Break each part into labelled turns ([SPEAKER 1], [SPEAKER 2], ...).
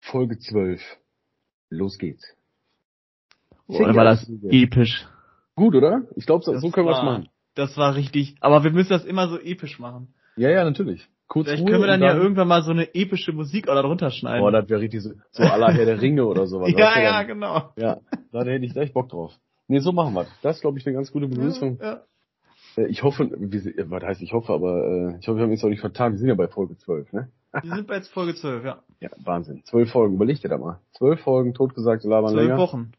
[SPEAKER 1] Folge 12. Los geht's.
[SPEAKER 2] Oder war das episch?
[SPEAKER 1] Gut, oder? Ich glaube, so,
[SPEAKER 2] Das
[SPEAKER 1] so können wir
[SPEAKER 2] war-
[SPEAKER 1] es machen.
[SPEAKER 2] Das war richtig. Aber wir müssen das immer so episch machen.
[SPEAKER 1] Ja, ja, natürlich. Kurz
[SPEAKER 2] Vielleicht
[SPEAKER 1] Ruhe
[SPEAKER 2] können wir dann,
[SPEAKER 1] und
[SPEAKER 2] ja irgendwann mal so eine epische Musik oder drunter schneiden.
[SPEAKER 1] Boah, das wäre richtig so, so aller Herr der Ringe oder sowas.
[SPEAKER 2] ja,
[SPEAKER 1] weißt du,
[SPEAKER 2] ja,
[SPEAKER 1] dann,
[SPEAKER 2] genau.
[SPEAKER 1] ja. Da hätte ich echt Bock drauf. Nee, so machen wir. Das ist, glaube ich, eine ganz gute Begrüßung.
[SPEAKER 2] Ja.
[SPEAKER 1] Äh, Ich hoffe, wir, sind- äh, was heißt ich hoffe, aber äh, ich hoffe, wir haben jetzt auch nicht vertan. Wir sind ja bei Folge 12, ne?
[SPEAKER 2] Wir sind bei jetzt Folge 12, ja.
[SPEAKER 1] Ja, Wahnsinn. Zwölf Folgen, überleg dir da mal. Zwölf Folgen, totgesagte Labern
[SPEAKER 2] Zwölf
[SPEAKER 1] länger.
[SPEAKER 2] Wochen.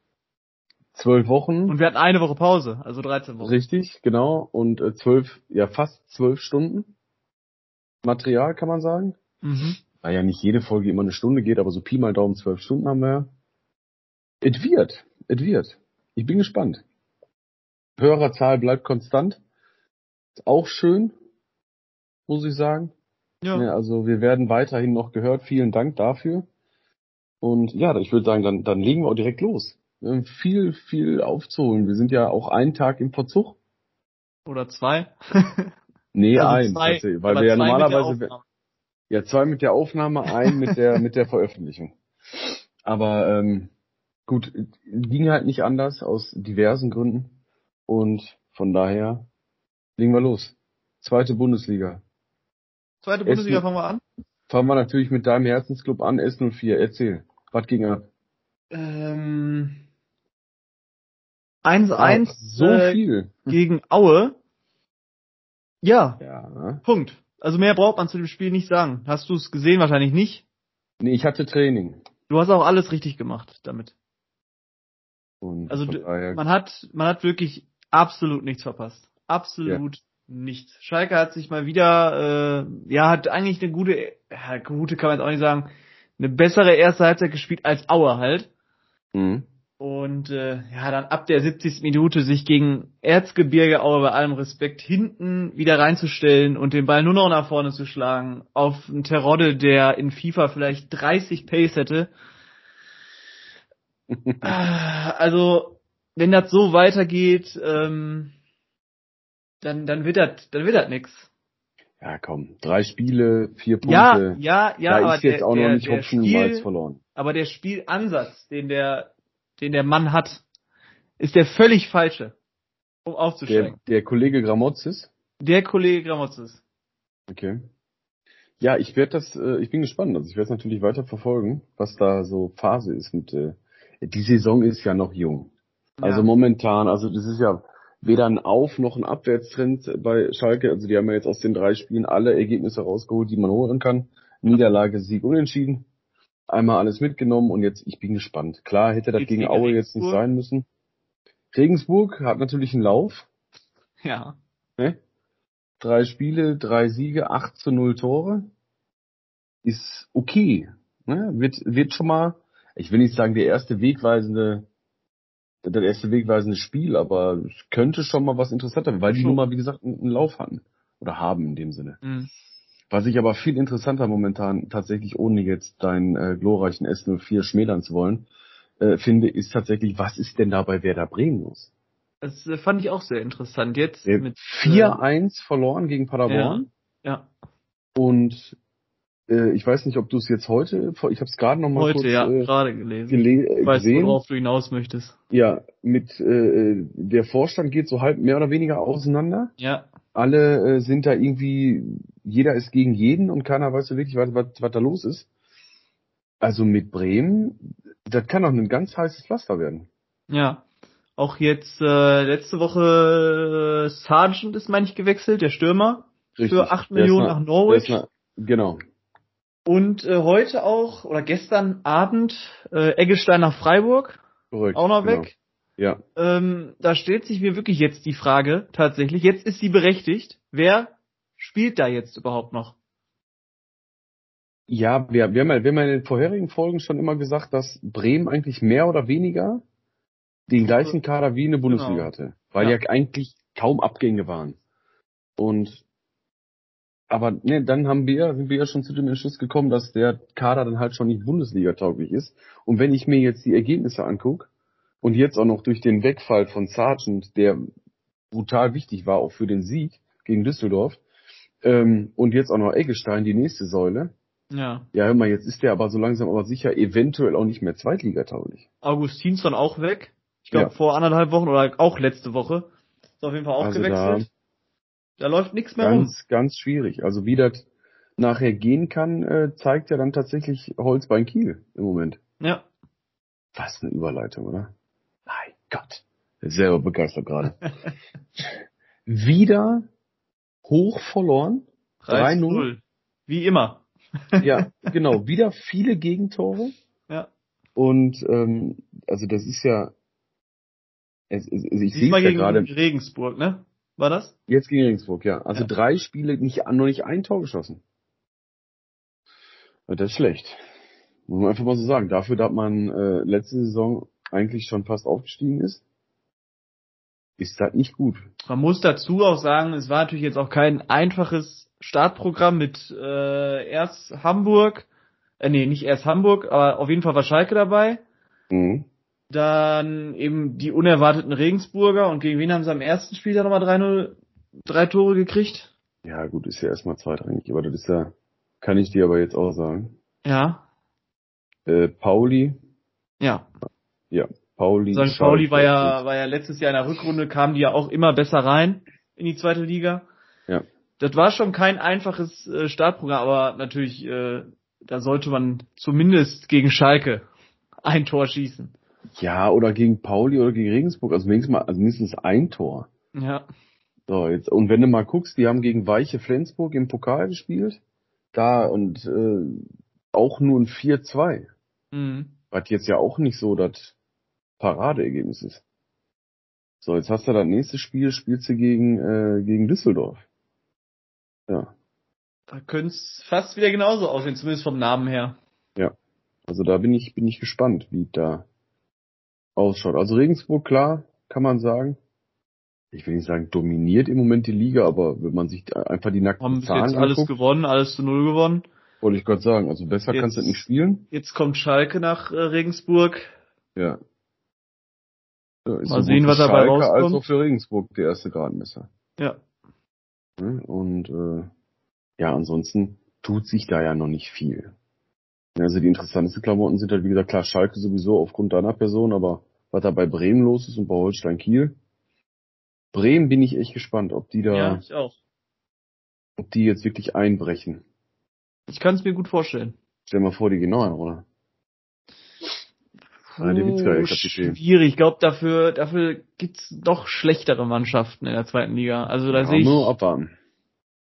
[SPEAKER 1] Zwölf Wochen.
[SPEAKER 2] Und wir hatten eine Woche Pause, also 13 Wochen.
[SPEAKER 1] Richtig, genau. Und äh, zwölf, ja fast zwölf Stunden Material, kann man sagen.
[SPEAKER 2] Mhm.
[SPEAKER 1] Weil ja nicht jede Folge immer eine Stunde geht, aber so Pi mal Daumen zwölf Stunden haben wir ja. Es wird, es wird. Ich bin gespannt. Hörerzahl bleibt konstant. Ist auch schön, muss ich sagen.
[SPEAKER 2] Ja.
[SPEAKER 1] Ja, also wir werden weiterhin noch gehört. Vielen Dank dafür. Und ja, ich würde sagen, dann, dann legen wir auch direkt los. Wir haben viel, viel aufzuholen. Wir sind ja auch einen Tag im Verzug.
[SPEAKER 2] Oder zwei.
[SPEAKER 1] Nee,
[SPEAKER 2] Also
[SPEAKER 1] ein.
[SPEAKER 2] zwei,
[SPEAKER 1] tatsächlich, weil
[SPEAKER 2] aber
[SPEAKER 1] wir ja
[SPEAKER 2] zwei mit der
[SPEAKER 1] normalerweise
[SPEAKER 2] Aufnahme.
[SPEAKER 1] ja zwei mit der Aufnahme, ein mit der mit der Veröffentlichung. Aber ähm, gut, ging halt nicht anders aus diversen Gründen und von daher legen wir los. Zweite Bundesliga.
[SPEAKER 2] Zweite
[SPEAKER 1] Essen-
[SPEAKER 2] Bundesliga fangen wir an.
[SPEAKER 1] Fangen wir natürlich mit deinem Herzensclub an, S04. Erzähl, was ging ab?
[SPEAKER 2] Ähm, 1-1
[SPEAKER 1] Ah, so
[SPEAKER 2] äh,
[SPEAKER 1] viel.
[SPEAKER 2] gegen Aue. Ja,
[SPEAKER 1] Ja.
[SPEAKER 2] Punkt. Also mehr braucht man zu dem Spiel nicht sagen. Hast du es gesehen? Wahrscheinlich nicht.
[SPEAKER 1] Nee, ich hatte Training.
[SPEAKER 2] Du hast auch alles richtig gemacht damit.
[SPEAKER 1] Und
[SPEAKER 2] Also
[SPEAKER 1] von
[SPEAKER 2] du-
[SPEAKER 1] daher,
[SPEAKER 2] Man hat, man hat wirklich absolut nichts verpasst. Absolut nichts. Schalke hat sich mal wieder, äh, ja, hat eigentlich eine gute, ja, gute kann man jetzt auch nicht sagen, eine bessere erste Halbzeit gespielt als Aue halt.
[SPEAKER 1] Mhm.
[SPEAKER 2] Und äh, ja, dann ab der 70. Minute sich gegen Erzgebirge Aue bei allem Respekt hinten wieder reinzustellen und den Ball nur noch nach vorne zu schlagen auf einen Terodde, der in FIFA vielleicht 30 Pace hätte. Ah, also, wenn das so weitergeht, ähm, dann dann wird das dann wird das nix.
[SPEAKER 1] ja komm, drei Spiele, vier Punkte.
[SPEAKER 2] Ja, ja, ja,
[SPEAKER 1] da
[SPEAKER 2] aber
[SPEAKER 1] ist jetzt
[SPEAKER 2] der,
[SPEAKER 1] auch noch
[SPEAKER 2] der,
[SPEAKER 1] nicht
[SPEAKER 2] der
[SPEAKER 1] Hopfen und Malz
[SPEAKER 2] Stil,
[SPEAKER 1] verloren.
[SPEAKER 2] aber der Spielansatz, den der, den der Mann hat, ist der völlig falsche, um
[SPEAKER 1] Der,
[SPEAKER 2] aufzusteigen.
[SPEAKER 1] der Kollege Gramozis.
[SPEAKER 2] Der, Kollege Gramotzes.
[SPEAKER 1] Okay. Ja, ich werde das, äh, ich bin gespannt. Also ich werde es natürlich weiter verfolgen, was da so Phase ist mit. Äh, die Saison ist ja noch jung. Also
[SPEAKER 2] ja.
[SPEAKER 1] momentan, also das ist ja weder ein Auf- noch ein Abwärtstrend bei Schalke. Also die haben ja jetzt aus den drei Spielen alle Ergebnisse rausgeholt, die man holen kann. Niederlage, Sieg, Unentschieden. Einmal alles mitgenommen und jetzt, ich bin gespannt. Klar hätte das
[SPEAKER 2] Jetzt
[SPEAKER 1] gegen
[SPEAKER 2] gegen
[SPEAKER 1] Aue jetzt nicht
[SPEAKER 2] Regensburg.
[SPEAKER 1] sein müssen. Regensburg hat natürlich einen Lauf.
[SPEAKER 2] ja.
[SPEAKER 1] Drei Spiele, drei Siege, 8 zu 0 Tore. Ist okay. Ne? Wird, wird schon mal, ich will nicht sagen, der erste wegweisende, das erste wegweisende Spiel, aber es könnte schon mal was interessanter werden, weil die
[SPEAKER 2] Schon.
[SPEAKER 1] nun mal, wie gesagt, einen einen Lauf hatten. Oder haben in dem Sinne.
[SPEAKER 2] Mhm.
[SPEAKER 1] Was ich aber viel interessanter momentan tatsächlich, ohne jetzt deinen äh, glorreichen S04 schmälern zu wollen, äh, finde, ist tatsächlich, was ist denn da bei Werder Bremen los?
[SPEAKER 2] Das äh, fand ich auch sehr interessant. Jetzt
[SPEAKER 1] Äh,
[SPEAKER 2] mit
[SPEAKER 1] 4-1 verloren gegen
[SPEAKER 2] äh,
[SPEAKER 1] Paderborn.
[SPEAKER 2] ja, ja.
[SPEAKER 1] Und äh, ich weiß nicht, ob du es jetzt heute, vor- ich habe es gerade noch mal
[SPEAKER 2] heute,
[SPEAKER 1] kurz
[SPEAKER 2] ja,
[SPEAKER 1] äh,
[SPEAKER 2] gerade gelesen.
[SPEAKER 1] gele äh,
[SPEAKER 2] Ich weiß,
[SPEAKER 1] gesehen.
[SPEAKER 2] worauf du hinaus möchtest.
[SPEAKER 1] Ja, mit äh, der Vorstand geht so halb mehr oder weniger auseinander.
[SPEAKER 2] Ja,
[SPEAKER 1] Alle äh, sind da irgendwie, jeder ist gegen jeden und keiner weiß so wirklich, was, was, was da los ist. Also mit Bremen, das kann doch ein ganz heißes Pflaster werden.
[SPEAKER 2] ja. Auch jetzt äh, letzte Woche äh, Sargent ist, meine ich, gewechselt, der Stürmer. Für 8
[SPEAKER 1] Der ist
[SPEAKER 2] Millionen
[SPEAKER 1] mal-
[SPEAKER 2] nach
[SPEAKER 1] der
[SPEAKER 2] Norwich.
[SPEAKER 1] ist mal- Genau.
[SPEAKER 2] Und äh, heute auch, oder gestern Abend, äh, Eggestein nach Freiburg,
[SPEAKER 1] Korrekt.
[SPEAKER 2] auch noch
[SPEAKER 1] genau.
[SPEAKER 2] weg.
[SPEAKER 1] Ja.
[SPEAKER 2] Ähm, da stellt sich mir wirklich jetzt die Frage, tatsächlich, jetzt ist sie berechtigt, wer spielt da jetzt überhaupt noch?
[SPEAKER 1] Ja, wir, wir, haben ja, wir haben ja in den vorherigen Folgen schon immer gesagt, dass Bremen eigentlich mehr oder weniger den gleichen Kader wie eine Bundesliga
[SPEAKER 2] Genau.
[SPEAKER 1] hatte, weil ja.
[SPEAKER 2] Ja.
[SPEAKER 1] eigentlich kaum Abgänge waren. Und aber ne, dann haben wir, sind wir ja schon zu dem Entschluss gekommen, dass der Kader dann halt schon nicht Bundesliga tauglich ist. Und wenn ich mir jetzt die Ergebnisse angucke und jetzt auch noch durch den Wegfall von Sargent, der brutal wichtig war auch für den Sieg gegen Düsseldorf, ähm, und jetzt auch noch Eggestein, die nächste Säule,
[SPEAKER 2] Ja.
[SPEAKER 1] Ja, hör mal, jetzt ist der aber so langsam aber sicher eventuell auch nicht mehr zweitligatauglich.
[SPEAKER 2] Augustins dann auch weg. Ich glaube
[SPEAKER 1] Ja.
[SPEAKER 2] vor anderthalb Wochen oder auch letzte Woche. Ist auf jeden Fall auch
[SPEAKER 1] Also
[SPEAKER 2] gewechselt. Da, läuft nichts mehr rum.
[SPEAKER 1] Ganz, ganz schwierig. Also wie das nachher gehen kann, äh, zeigt ja dann tatsächlich Holzbein Kiel im Moment.
[SPEAKER 2] Ja.
[SPEAKER 1] Was eine Überleitung, oder? Mein Gott. Selber begeistert gerade. Wieder hoch verloren. 3-0.
[SPEAKER 2] 3-0. Wie immer.
[SPEAKER 1] Ja, genau. Wieder viele Gegentore.
[SPEAKER 2] Ja.
[SPEAKER 1] Und ähm, also das ist ja. Es, es, ich sehe
[SPEAKER 2] Diesmal
[SPEAKER 1] ja
[SPEAKER 2] gegen
[SPEAKER 1] gerade.
[SPEAKER 2] Regensburg, ne? War das?
[SPEAKER 1] Jetzt gegen Regensburg, ja. Also
[SPEAKER 2] Ja.
[SPEAKER 1] drei Spiele nicht, noch nicht ein Tor geschossen. Das ist schlecht. Muss man einfach mal so sagen. Dafür, dass man äh, letzte Saison eigentlich schon fast aufgestiegen ist, ist das nicht gut.
[SPEAKER 2] Man muss dazu auch sagen, es war natürlich jetzt auch kein einfaches Startprogramm mit äh, erst Hamburg, äh, nee, nicht erst Hamburg, aber auf jeden Fall war Schalke dabei.
[SPEAKER 1] Mhm.
[SPEAKER 2] Dann eben die unerwarteten Regensburger und gegen wen haben sie am ersten Spiel dann nochmal 3-0, drei Tore gekriegt?
[SPEAKER 1] Ja, gut, ist ja erstmal zweitrangig, aber das ist ja, kann ich dir aber jetzt auch sagen.
[SPEAKER 2] Ja,
[SPEAKER 1] Äh, Pauli,
[SPEAKER 2] ja.
[SPEAKER 1] Pauli.
[SPEAKER 2] St. Pauli war ja, war ja letztes Jahr in der Rückrunde, kamen die ja auch immer besser rein in die zweite Liga.
[SPEAKER 1] Ja.
[SPEAKER 2] Das war schon kein einfaches äh, Startprogramm, aber natürlich, äh, da sollte man zumindest gegen Schalke ein Tor schießen.
[SPEAKER 1] Ja, oder gegen Pauli oder gegen Regensburg, also wenigstens mal, also mindestens ein Tor.
[SPEAKER 2] Ja,
[SPEAKER 1] So, jetzt, und wenn du mal guckst, die haben gegen Weiche Flensburg im Pokal gespielt. Da und äh, auch nur ein 4-2.
[SPEAKER 2] mhm.
[SPEAKER 1] Was jetzt ja auch nicht so das Paradeergebnis ist. So, jetzt hast du das nächste Spiel, spielst du gegen, äh, gegen Düsseldorf. Ja,
[SPEAKER 2] da könnte es fast wieder genauso aussehen, zumindest vom Namen her.
[SPEAKER 1] also da bin ich, bin ich gespannt, wie da ausschaut. Also Regensburg, klar, kann man sagen. Ich will nicht sagen, dominiert im Moment die Liga, aber wenn man sich einfach die
[SPEAKER 2] Haben
[SPEAKER 1] nackten
[SPEAKER 2] bis
[SPEAKER 1] Zahlen
[SPEAKER 2] jetzt alles
[SPEAKER 1] anguckt,
[SPEAKER 2] gewonnen, alles zu Null gewonnen.
[SPEAKER 1] Wollte ich gerade sagen, also besser
[SPEAKER 2] Jetzt-
[SPEAKER 1] kannst du das nicht spielen.
[SPEAKER 2] Jetzt kommt Schalke nach äh, Regensburg.
[SPEAKER 1] Ja. ja ist
[SPEAKER 2] Mal
[SPEAKER 1] sowohl
[SPEAKER 2] sehen,
[SPEAKER 1] für
[SPEAKER 2] was dabei
[SPEAKER 1] Schalke Als
[SPEAKER 2] rauskommt.
[SPEAKER 1] auch für Regensburg der erste Gradmesser.
[SPEAKER 2] Ja,
[SPEAKER 1] Ne? Und äh, ja, ansonsten tut sich da ja noch nicht viel. Also die interessantesten Klamotten sind halt, wie gesagt, klar, Schalke sowieso aufgrund deiner Person, aber was da bei Bremen los ist und bei Holstein Kiel. Bremen bin ich echt gespannt, ob die da,
[SPEAKER 2] ja, ich auch.
[SPEAKER 1] ob die jetzt wirklich einbrechen.
[SPEAKER 2] Ich kann es mir gut vorstellen.
[SPEAKER 1] Stell dir mal vor, die gehen noch ein, oder? Ja, die gibt's gar nicht, ich hab die gesehen.
[SPEAKER 2] schwierig. Ich glaube, dafür, dafür gibt's noch schlechtere Mannschaften in der zweiten Liga. Also da sehe ich,
[SPEAKER 1] nur abwarten.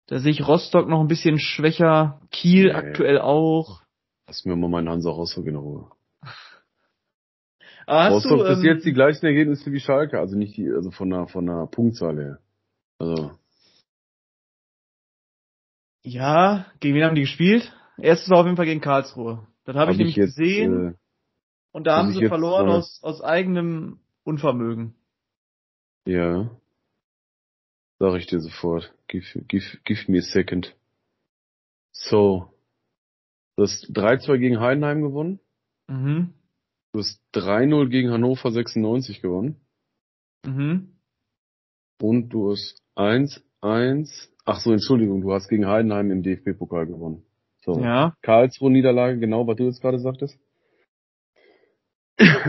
[SPEAKER 2] da sehe ich Rostock noch ein bisschen schwächer, Kiel
[SPEAKER 1] Nee.
[SPEAKER 2] aktuell auch.
[SPEAKER 1] Lass mir mal meinen Hansa genau. Rostock in Ruhe.
[SPEAKER 2] Aber hast
[SPEAKER 1] Rostock
[SPEAKER 2] du,
[SPEAKER 1] bis
[SPEAKER 2] ähm,
[SPEAKER 1] jetzt die gleichen Ergebnisse wie Schalke, also nicht die, also von der von der Punktzahl her. Also
[SPEAKER 2] ja, gegen wen haben die gespielt? Erstes war auf jeden Fall gegen Karlsruhe. Das habe
[SPEAKER 1] hab
[SPEAKER 2] ich nämlich gesehen
[SPEAKER 1] Äh,
[SPEAKER 2] und da
[SPEAKER 1] hab
[SPEAKER 2] haben
[SPEAKER 1] ich
[SPEAKER 2] sie
[SPEAKER 1] jetzt,
[SPEAKER 2] verloren
[SPEAKER 1] äh,
[SPEAKER 2] aus, aus eigenem Unvermögen.
[SPEAKER 1] äh, ja. Sag ich dir sofort. Give, give, give me a second. So. Du hast 3-2 gegen Heidenheim gewonnen.
[SPEAKER 2] Mhm.
[SPEAKER 1] Du hast 3-0 gegen Hannover 96 gewonnen.
[SPEAKER 2] Mhm.
[SPEAKER 1] Und du hast 1-1. Ach so, Entschuldigung, du hast gegen Heidenheim im DFB-Pokal gewonnen. So.
[SPEAKER 2] Ja.
[SPEAKER 1] Karlsruhe Niederlage, genau, was du jetzt gerade sagtest.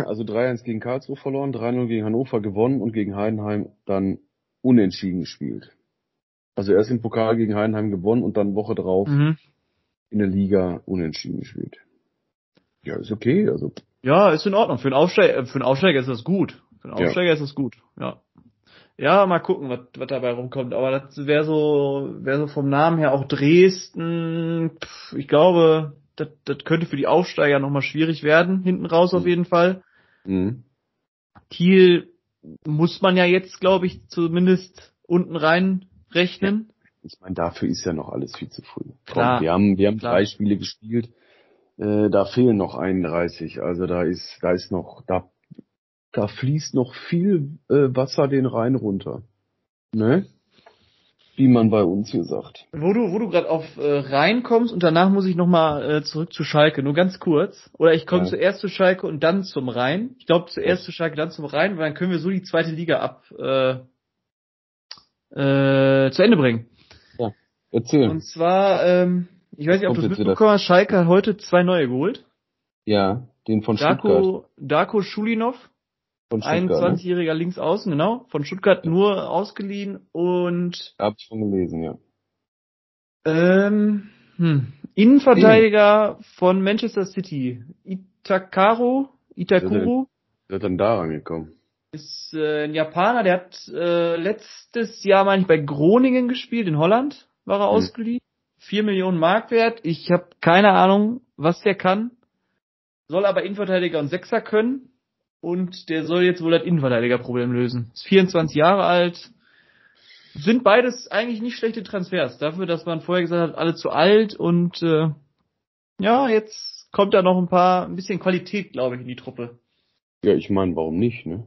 [SPEAKER 1] Also 3-1 gegen Karlsruhe verloren, 3-0 gegen Hannover gewonnen und gegen Heidenheim dann unentschieden gespielt. Also erst im Pokal gegen Heidenheim gewonnen und dann Woche drauf
[SPEAKER 2] Mhm.
[SPEAKER 1] in der Liga unentschieden gespielt. Ja, ist okay, also
[SPEAKER 2] Ja, ist in Ordnung. Für einen Aufsteiger, äh, für einen Aufsteiger ist das gut. Für einen
[SPEAKER 1] Ja.
[SPEAKER 2] Aufsteiger ist das gut, ja. Ja, mal gucken, was, was dabei rumkommt. Aber das wäre so, wäre so vom Namen her auch Dresden. Pff, ich glaube, das, das könnte für die Aufsteiger nochmal schwierig werden, hinten raus auf
[SPEAKER 1] Mhm.
[SPEAKER 2] jeden Fall.
[SPEAKER 1] mh,
[SPEAKER 2] Kiel muss man ja jetzt, glaube ich, zumindest unten rein rechnen.
[SPEAKER 1] ich meine, dafür ist ja noch alles viel zu früh.
[SPEAKER 2] Klar.
[SPEAKER 1] wir haben wir haben
[SPEAKER 2] Klar.
[SPEAKER 1] drei Spiele gespielt, äh, da fehlen noch 31, also da ist da ist noch da da fließt noch viel äh, Wasser den Rhein runter. Ne? Wie man bei uns hier sagt.
[SPEAKER 2] Wo du, wo du gerade auf äh, Rhein kommst und danach muss ich nochmal äh, zurück zu Schalke, nur ganz kurz. Oder ich komme
[SPEAKER 1] Ja.
[SPEAKER 2] zuerst zu Schalke und dann zum Rhein. Ich glaube zuerst zu Schalke, dann zum Rhein, weil dann können wir so die zweite Liga ab äh, äh, zu Ende bringen.
[SPEAKER 1] Erzähl.
[SPEAKER 2] Und zwar ähm, Ich weiß nicht, ob
[SPEAKER 1] Kommt
[SPEAKER 2] du es
[SPEAKER 1] jetzt
[SPEAKER 2] mitbekommen hast, Schalke hat heute zwei neue geholt.
[SPEAKER 1] Ja, den von Stuttgart.
[SPEAKER 2] Darko, Darko Schulinov,
[SPEAKER 1] Von Stuttgart. Ne?
[SPEAKER 2] 21-jähriger Linksaußen, genau, von Stuttgart nur ausgeliehen und
[SPEAKER 1] Hab ich schon gelesen, ja.
[SPEAKER 2] ähm, hm, Innenverteidiger von Manchester City, Itakaro, Itakuro,
[SPEAKER 1] Der hat dann da rangekommen.
[SPEAKER 2] ist äh, ein Japaner, der hat äh, letztes Jahr, meine ich, bei Groningen gespielt, in Holland war er
[SPEAKER 1] Mhm.
[SPEAKER 2] ausgeliehen. vier Millionen Mark wert. Ich habe keine Ahnung, was der kann. Soll aber Innenverteidiger und Sechser können. Und der soll jetzt wohl das Innenverteidigerproblem lösen. Ist 24 Jahre alt. Sind beides eigentlich nicht schlechte Transfers. Dafür, dass man vorher gesagt hat, alle zu alt und äh, ja, jetzt kommt da noch ein paar, ein bisschen Qualität, glaube ich, in die Truppe.
[SPEAKER 1] Ja, ich meine, warum nicht, ne?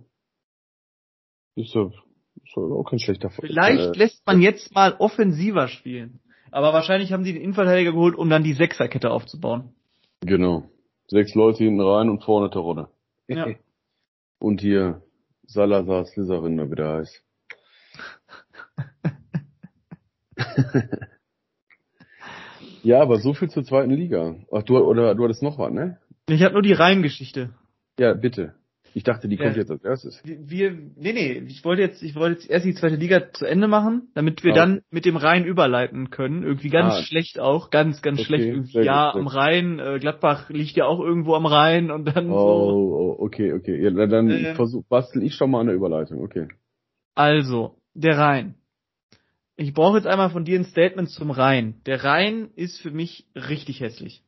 [SPEAKER 1] Ist ja, ist ja auch kein schlechter Ver-
[SPEAKER 2] Vielleicht
[SPEAKER 1] äh,
[SPEAKER 2] lässt man jetzt mal offensiver spielen. Aber wahrscheinlich haben die den Innenverteidiger geholt, um dann die Sechserkette aufzubauen.
[SPEAKER 1] Genau. Sechs Leute hinten rein und vorne Terodde.
[SPEAKER 2] Ja.
[SPEAKER 1] Und hier Salazar Slytherin, wie der heißt. ja, aber so viel zur zweiten Liga. Ach, du, oder du hattest noch was, ne?
[SPEAKER 2] Ich habe nur die Reimgeschichte.
[SPEAKER 1] Ja, bitte. Ich dachte, die
[SPEAKER 2] Ja.
[SPEAKER 1] kommt jetzt als erstes.
[SPEAKER 2] Wir, nee, nee, ich wollte jetzt, ich wollte jetzt erst die zweite Liga zu Ende machen, damit wir
[SPEAKER 1] Ah,
[SPEAKER 2] dann mit dem Rhein überleiten können. Irgendwie ganz
[SPEAKER 1] Ah.
[SPEAKER 2] schlecht auch, ganz, ganz
[SPEAKER 1] Okay,
[SPEAKER 2] schlecht. Irgendwie,
[SPEAKER 1] sehr gut,
[SPEAKER 2] ja,
[SPEAKER 1] sehr
[SPEAKER 2] am
[SPEAKER 1] gut.
[SPEAKER 2] Rhein, äh, Gladbach liegt ja auch irgendwo am Rhein und dann so.
[SPEAKER 1] Oh, oh, okay, okay. Ja, na, dann
[SPEAKER 2] Äh.
[SPEAKER 1] versuch, bastel ich schon mal eine Überleitung, okay.
[SPEAKER 2] Also, der Rhein. Ich brauche jetzt einmal von dir ein Statement zum Rhein. Der Rhein ist für mich richtig hässlich.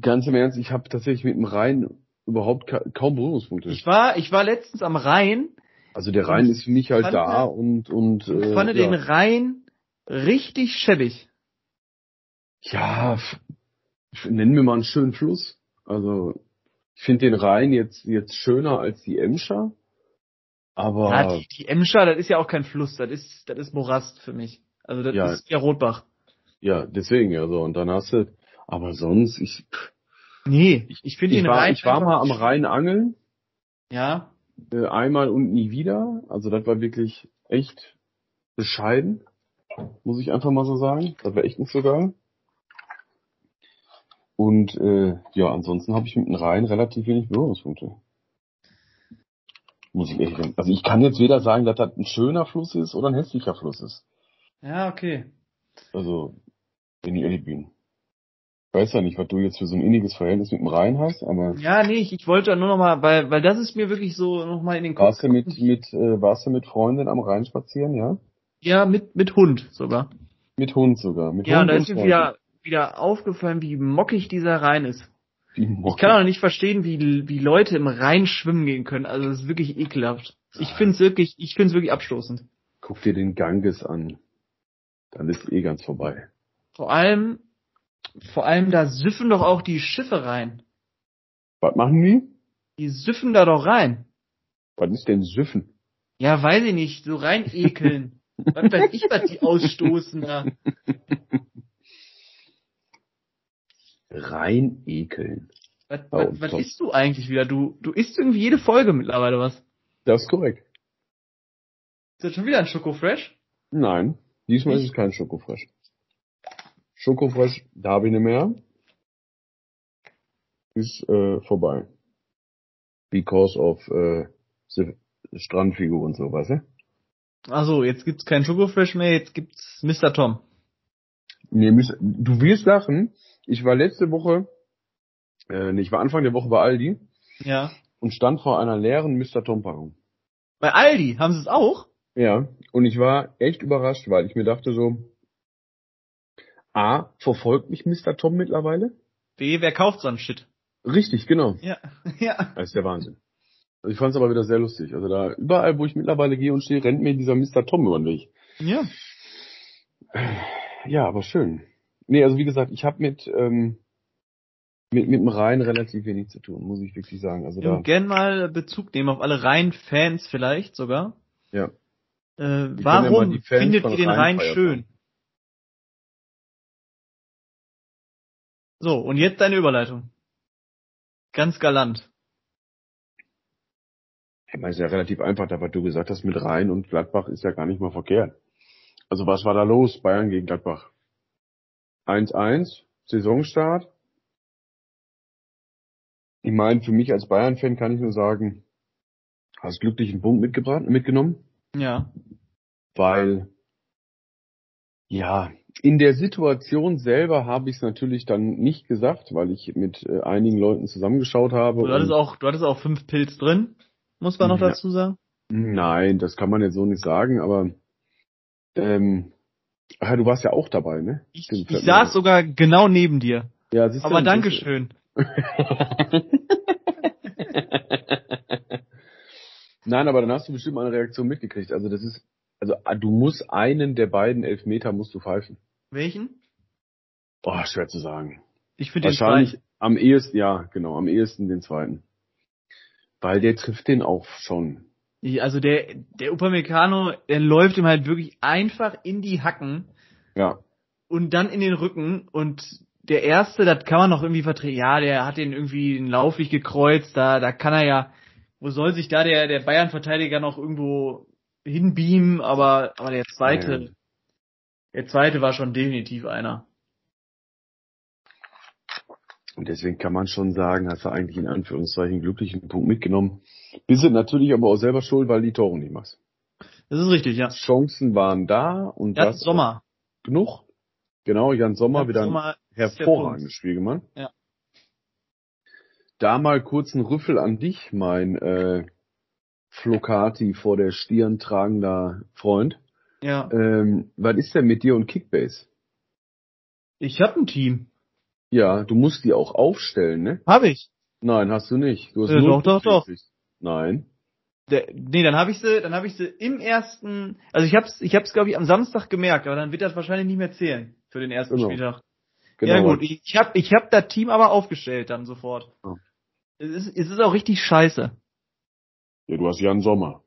[SPEAKER 1] Ganz im Ernst, ich habe tatsächlich mit dem Rhein überhaupt ka kaum Berührungspunkte.
[SPEAKER 2] Ich war, ich war letztens am Rhein
[SPEAKER 1] also der Rhein ist für mich halt
[SPEAKER 2] fand-
[SPEAKER 1] da und und
[SPEAKER 2] und
[SPEAKER 1] äh,
[SPEAKER 2] fand
[SPEAKER 1] ja.
[SPEAKER 2] den Rhein richtig schäbig.
[SPEAKER 1] Ja, f- f- nennen wir mal einen schönen Fluss. Also ich finde den Rhein jetzt jetzt schöner als die Emscher,
[SPEAKER 2] Ja,
[SPEAKER 1] aber
[SPEAKER 2] die, die Emscher, das ist ja auch kein Fluss, das ist, das ist Morast für mich. Also das
[SPEAKER 1] Ja.
[SPEAKER 2] ist ja Rotbach.
[SPEAKER 1] ja, deswegen ja so und dann hast du aber sonst ich
[SPEAKER 2] Nee, ich finde
[SPEAKER 1] ich
[SPEAKER 2] den
[SPEAKER 1] war,
[SPEAKER 2] Rhein.
[SPEAKER 1] ich war
[SPEAKER 2] einfach-
[SPEAKER 1] mal am Rhein angeln,
[SPEAKER 2] Ja,
[SPEAKER 1] äh, einmal und nie wieder, also das war wirklich echt bescheiden, muss ich einfach mal so sagen. Das war echt nicht so geil. Und äh, ja, ansonsten habe ich mit dem Rhein relativ wenig Berührungspunkte. Muss ich ehrlich sagen. Also ich kann jetzt weder sagen, dass das ein schöner Fluss ist oder ein hässlicher Fluss ist.
[SPEAKER 2] ja, okay.
[SPEAKER 1] Also, wenn ich ehrlich bin. Ich weiß ja nicht, was du jetzt für so ein inniges Verhältnis mit dem Rhein hast, aber
[SPEAKER 2] Ja, nee, ich, ich wollte nur nochmal, weil, weil das ist mir wirklich so nochmal in den Kopf.
[SPEAKER 1] warst du mit, mit, äh, warst du mit Freundin am Rhein spazieren, ja?
[SPEAKER 2] Ja, mit, mit Hund sogar.
[SPEAKER 1] Mit Hund sogar. Mit
[SPEAKER 2] Ja,
[SPEAKER 1] Hund
[SPEAKER 2] und da ist mir
[SPEAKER 1] Freundin.
[SPEAKER 2] wieder, wieder aufgefallen, wie mockig dieser Rhein ist.
[SPEAKER 1] Wie
[SPEAKER 2] Ich
[SPEAKER 1] mockig.
[SPEAKER 2] kann auch nicht verstehen, wie, wie Leute im Rhein schwimmen gehen können. Also das ist wirklich ekelhaft. Ich finde es wirklich, ich finde es wirklich abstoßend.
[SPEAKER 1] Guck dir den Ganges an. Dann ist eh ganz vorbei.
[SPEAKER 2] Vor allem, vor allem da süffen doch auch die Schiffe rein.
[SPEAKER 1] Was machen die?
[SPEAKER 2] Die süffen da doch rein.
[SPEAKER 1] Was ist denn Süffen?
[SPEAKER 2] Ja, weiß ich nicht, so rein ekeln. was weiß ich, was die ausstoßen da.
[SPEAKER 1] Rein ekeln.
[SPEAKER 2] Was,
[SPEAKER 1] Oh,
[SPEAKER 2] was, was
[SPEAKER 1] top.
[SPEAKER 2] isst du eigentlich wieder? Du, du isst irgendwie jede Folge mittlerweile was. Ist
[SPEAKER 1] Das ist korrekt.
[SPEAKER 2] das schon wieder ein Schokofresh?
[SPEAKER 1] Nein, diesmal ist es kein Schokofresh. Schokofresh, da habe ich nicht mehr. Ist äh, vorbei. Because of äh, the Strandfigur und so, weißt du?
[SPEAKER 2] Also, jetzt gibt's keinen Schokofresh mehr, jetzt gibt's Mr. Tom.
[SPEAKER 1] Nee, müsst, du wirst lachen. Ich war letzte Woche, äh, nee, ich war Anfang der Woche bei Aldi
[SPEAKER 2] Ja.
[SPEAKER 1] und stand vor einer leeren Mr. Tom-Packung.
[SPEAKER 2] Bei Aldi haben sie es auch?
[SPEAKER 1] Ja, und ich war echt überrascht, weil ich mir dachte so, A, verfolgt mich Mr. Tom mittlerweile?
[SPEAKER 2] B, wer kauft so einen Shit?
[SPEAKER 1] Richtig, genau.
[SPEAKER 2] Ja, ja.
[SPEAKER 1] Das ist der Wahnsinn. Also ich fand es aber wieder sehr lustig. Also da überall, wo ich mittlerweile gehe und stehe, rennt mir dieser Mr. Tom über den Weg.
[SPEAKER 2] Ja.
[SPEAKER 1] Ja, aber schön. Nee, also wie gesagt, ich habe mit, ähm, mit mit dem Rhein relativ wenig zu tun, muss ich wirklich sagen. Also
[SPEAKER 2] Wir
[SPEAKER 1] da,
[SPEAKER 2] gern mal Bezug nehmen auf alle Rhein-Fans vielleicht sogar.
[SPEAKER 1] Ja.
[SPEAKER 2] Äh,
[SPEAKER 1] ja mal
[SPEAKER 2] warum
[SPEAKER 1] die Fans
[SPEAKER 2] findet
[SPEAKER 1] von
[SPEAKER 2] ihr den
[SPEAKER 1] Rhein
[SPEAKER 2] Rhein
[SPEAKER 1] feiern. ne?
[SPEAKER 2] schön? So, und jetzt deine Überleitung. Ganz galant.
[SPEAKER 1] ich meine, ist ja relativ einfach, aber du gesagt hast mit Rhein und Gladbach ist ja gar nicht mal verkehrt. Also was war da los? Bayern gegen Gladbach. 1-1, Saisonstart. Ich meine, für mich als Bayern-Fan kann ich nur sagen, hast glücklich einen Punkt mitgebracht, mitgenommen,
[SPEAKER 2] Ja.
[SPEAKER 1] weil, ja, in der Situation selber habe ich es natürlich dann nicht gesagt, weil ich mit äh, einigen Leuten zusammengeschaut habe.
[SPEAKER 2] Du hattest
[SPEAKER 1] und-
[SPEAKER 2] auch, du hattest auch fünf Pilz drin, muss man noch
[SPEAKER 1] Ja.
[SPEAKER 2] dazu sagen.
[SPEAKER 1] Nein, das kann man jetzt so nicht sagen, aber, ähm, ach ja, du warst ja auch dabei, ne?
[SPEAKER 2] Ich,
[SPEAKER 1] Stimmt,
[SPEAKER 2] ich
[SPEAKER 1] fällt mir ein.
[SPEAKER 2] saß sogar genau neben dir.
[SPEAKER 1] Ja, siehst du,
[SPEAKER 2] Aber
[SPEAKER 1] siehst du.
[SPEAKER 2] Dankeschön.
[SPEAKER 1] Nein, aber dann hast du bestimmt mal eine Reaktion mitgekriegt. Also das ist, also ah, du musst einen der beiden Elfmeter musst du pfeifen.
[SPEAKER 2] Welchen?
[SPEAKER 1] Oh, schwer zu sagen.
[SPEAKER 2] Ich finde den
[SPEAKER 1] Wahrscheinlich
[SPEAKER 2] zweiten.
[SPEAKER 1] am ehesten, ja, genau, am ehesten den zweiten. Weil der trifft den auch schon.
[SPEAKER 2] Ich- Also der, der Upamecano, der läuft ihm halt wirklich einfach in die Hacken
[SPEAKER 1] Ja.
[SPEAKER 2] und dann in den Rücken und der erste, das kann man noch irgendwie vertreten. Ja, der hat den irgendwie den Laufweg gekreuzt, da, da kann er ja, wo soll sich da der, der Bayern-Verteidiger noch irgendwo hinbeamen, aber, aber der zweite,
[SPEAKER 1] Ja.
[SPEAKER 2] der zweite war schon definitiv einer.
[SPEAKER 1] Und deswegen kann man schon sagen, hast du eigentlich in Anführungszeichen glücklichen Punkt mitgenommen. Bist du natürlich aber auch selber schuld, weil die Tore nicht machst.
[SPEAKER 2] Das ist richtig, ja.
[SPEAKER 1] Chancen waren da und
[SPEAKER 2] Jan
[SPEAKER 1] das
[SPEAKER 2] Sommer.
[SPEAKER 1] genug. Genau, Jan Sommer wieder ein
[SPEAKER 2] Sommer ist der
[SPEAKER 1] hervorragendes Spiel gemacht.
[SPEAKER 2] Ja.
[SPEAKER 1] Da mal kurz ein Rüffel an dich, mein äh, Flocati vor der Stirn tragender Freund.
[SPEAKER 2] Punkt. Ja.
[SPEAKER 1] Ähm, was ist denn mit dir und Kickbase?
[SPEAKER 2] Ich hab ein Team.
[SPEAKER 1] Ja, du musst die auch aufstellen, ne?
[SPEAKER 2] Hab ich.
[SPEAKER 1] Nein, hast du nicht. Du hast
[SPEAKER 2] Äh,
[SPEAKER 1] nur
[SPEAKER 2] doch, doch, doch.
[SPEAKER 1] gekriegt. Nein.
[SPEAKER 2] Der, nee, dann habe ich sie, dann habe ich sie im ersten, also ich hab's, ich hab's glaube ich am Samstag gemerkt, aber dann wird das wahrscheinlich nicht mehr zählen für den ersten
[SPEAKER 1] Genau.
[SPEAKER 2] Spieltag.
[SPEAKER 1] Genau.
[SPEAKER 2] Ja gut, ich hab, ich hab das Team aber aufgestellt dann sofort.
[SPEAKER 1] Ja.
[SPEAKER 2] Es ist, es ist auch richtig scheiße.
[SPEAKER 1] Ja, du hast Jan Sommer.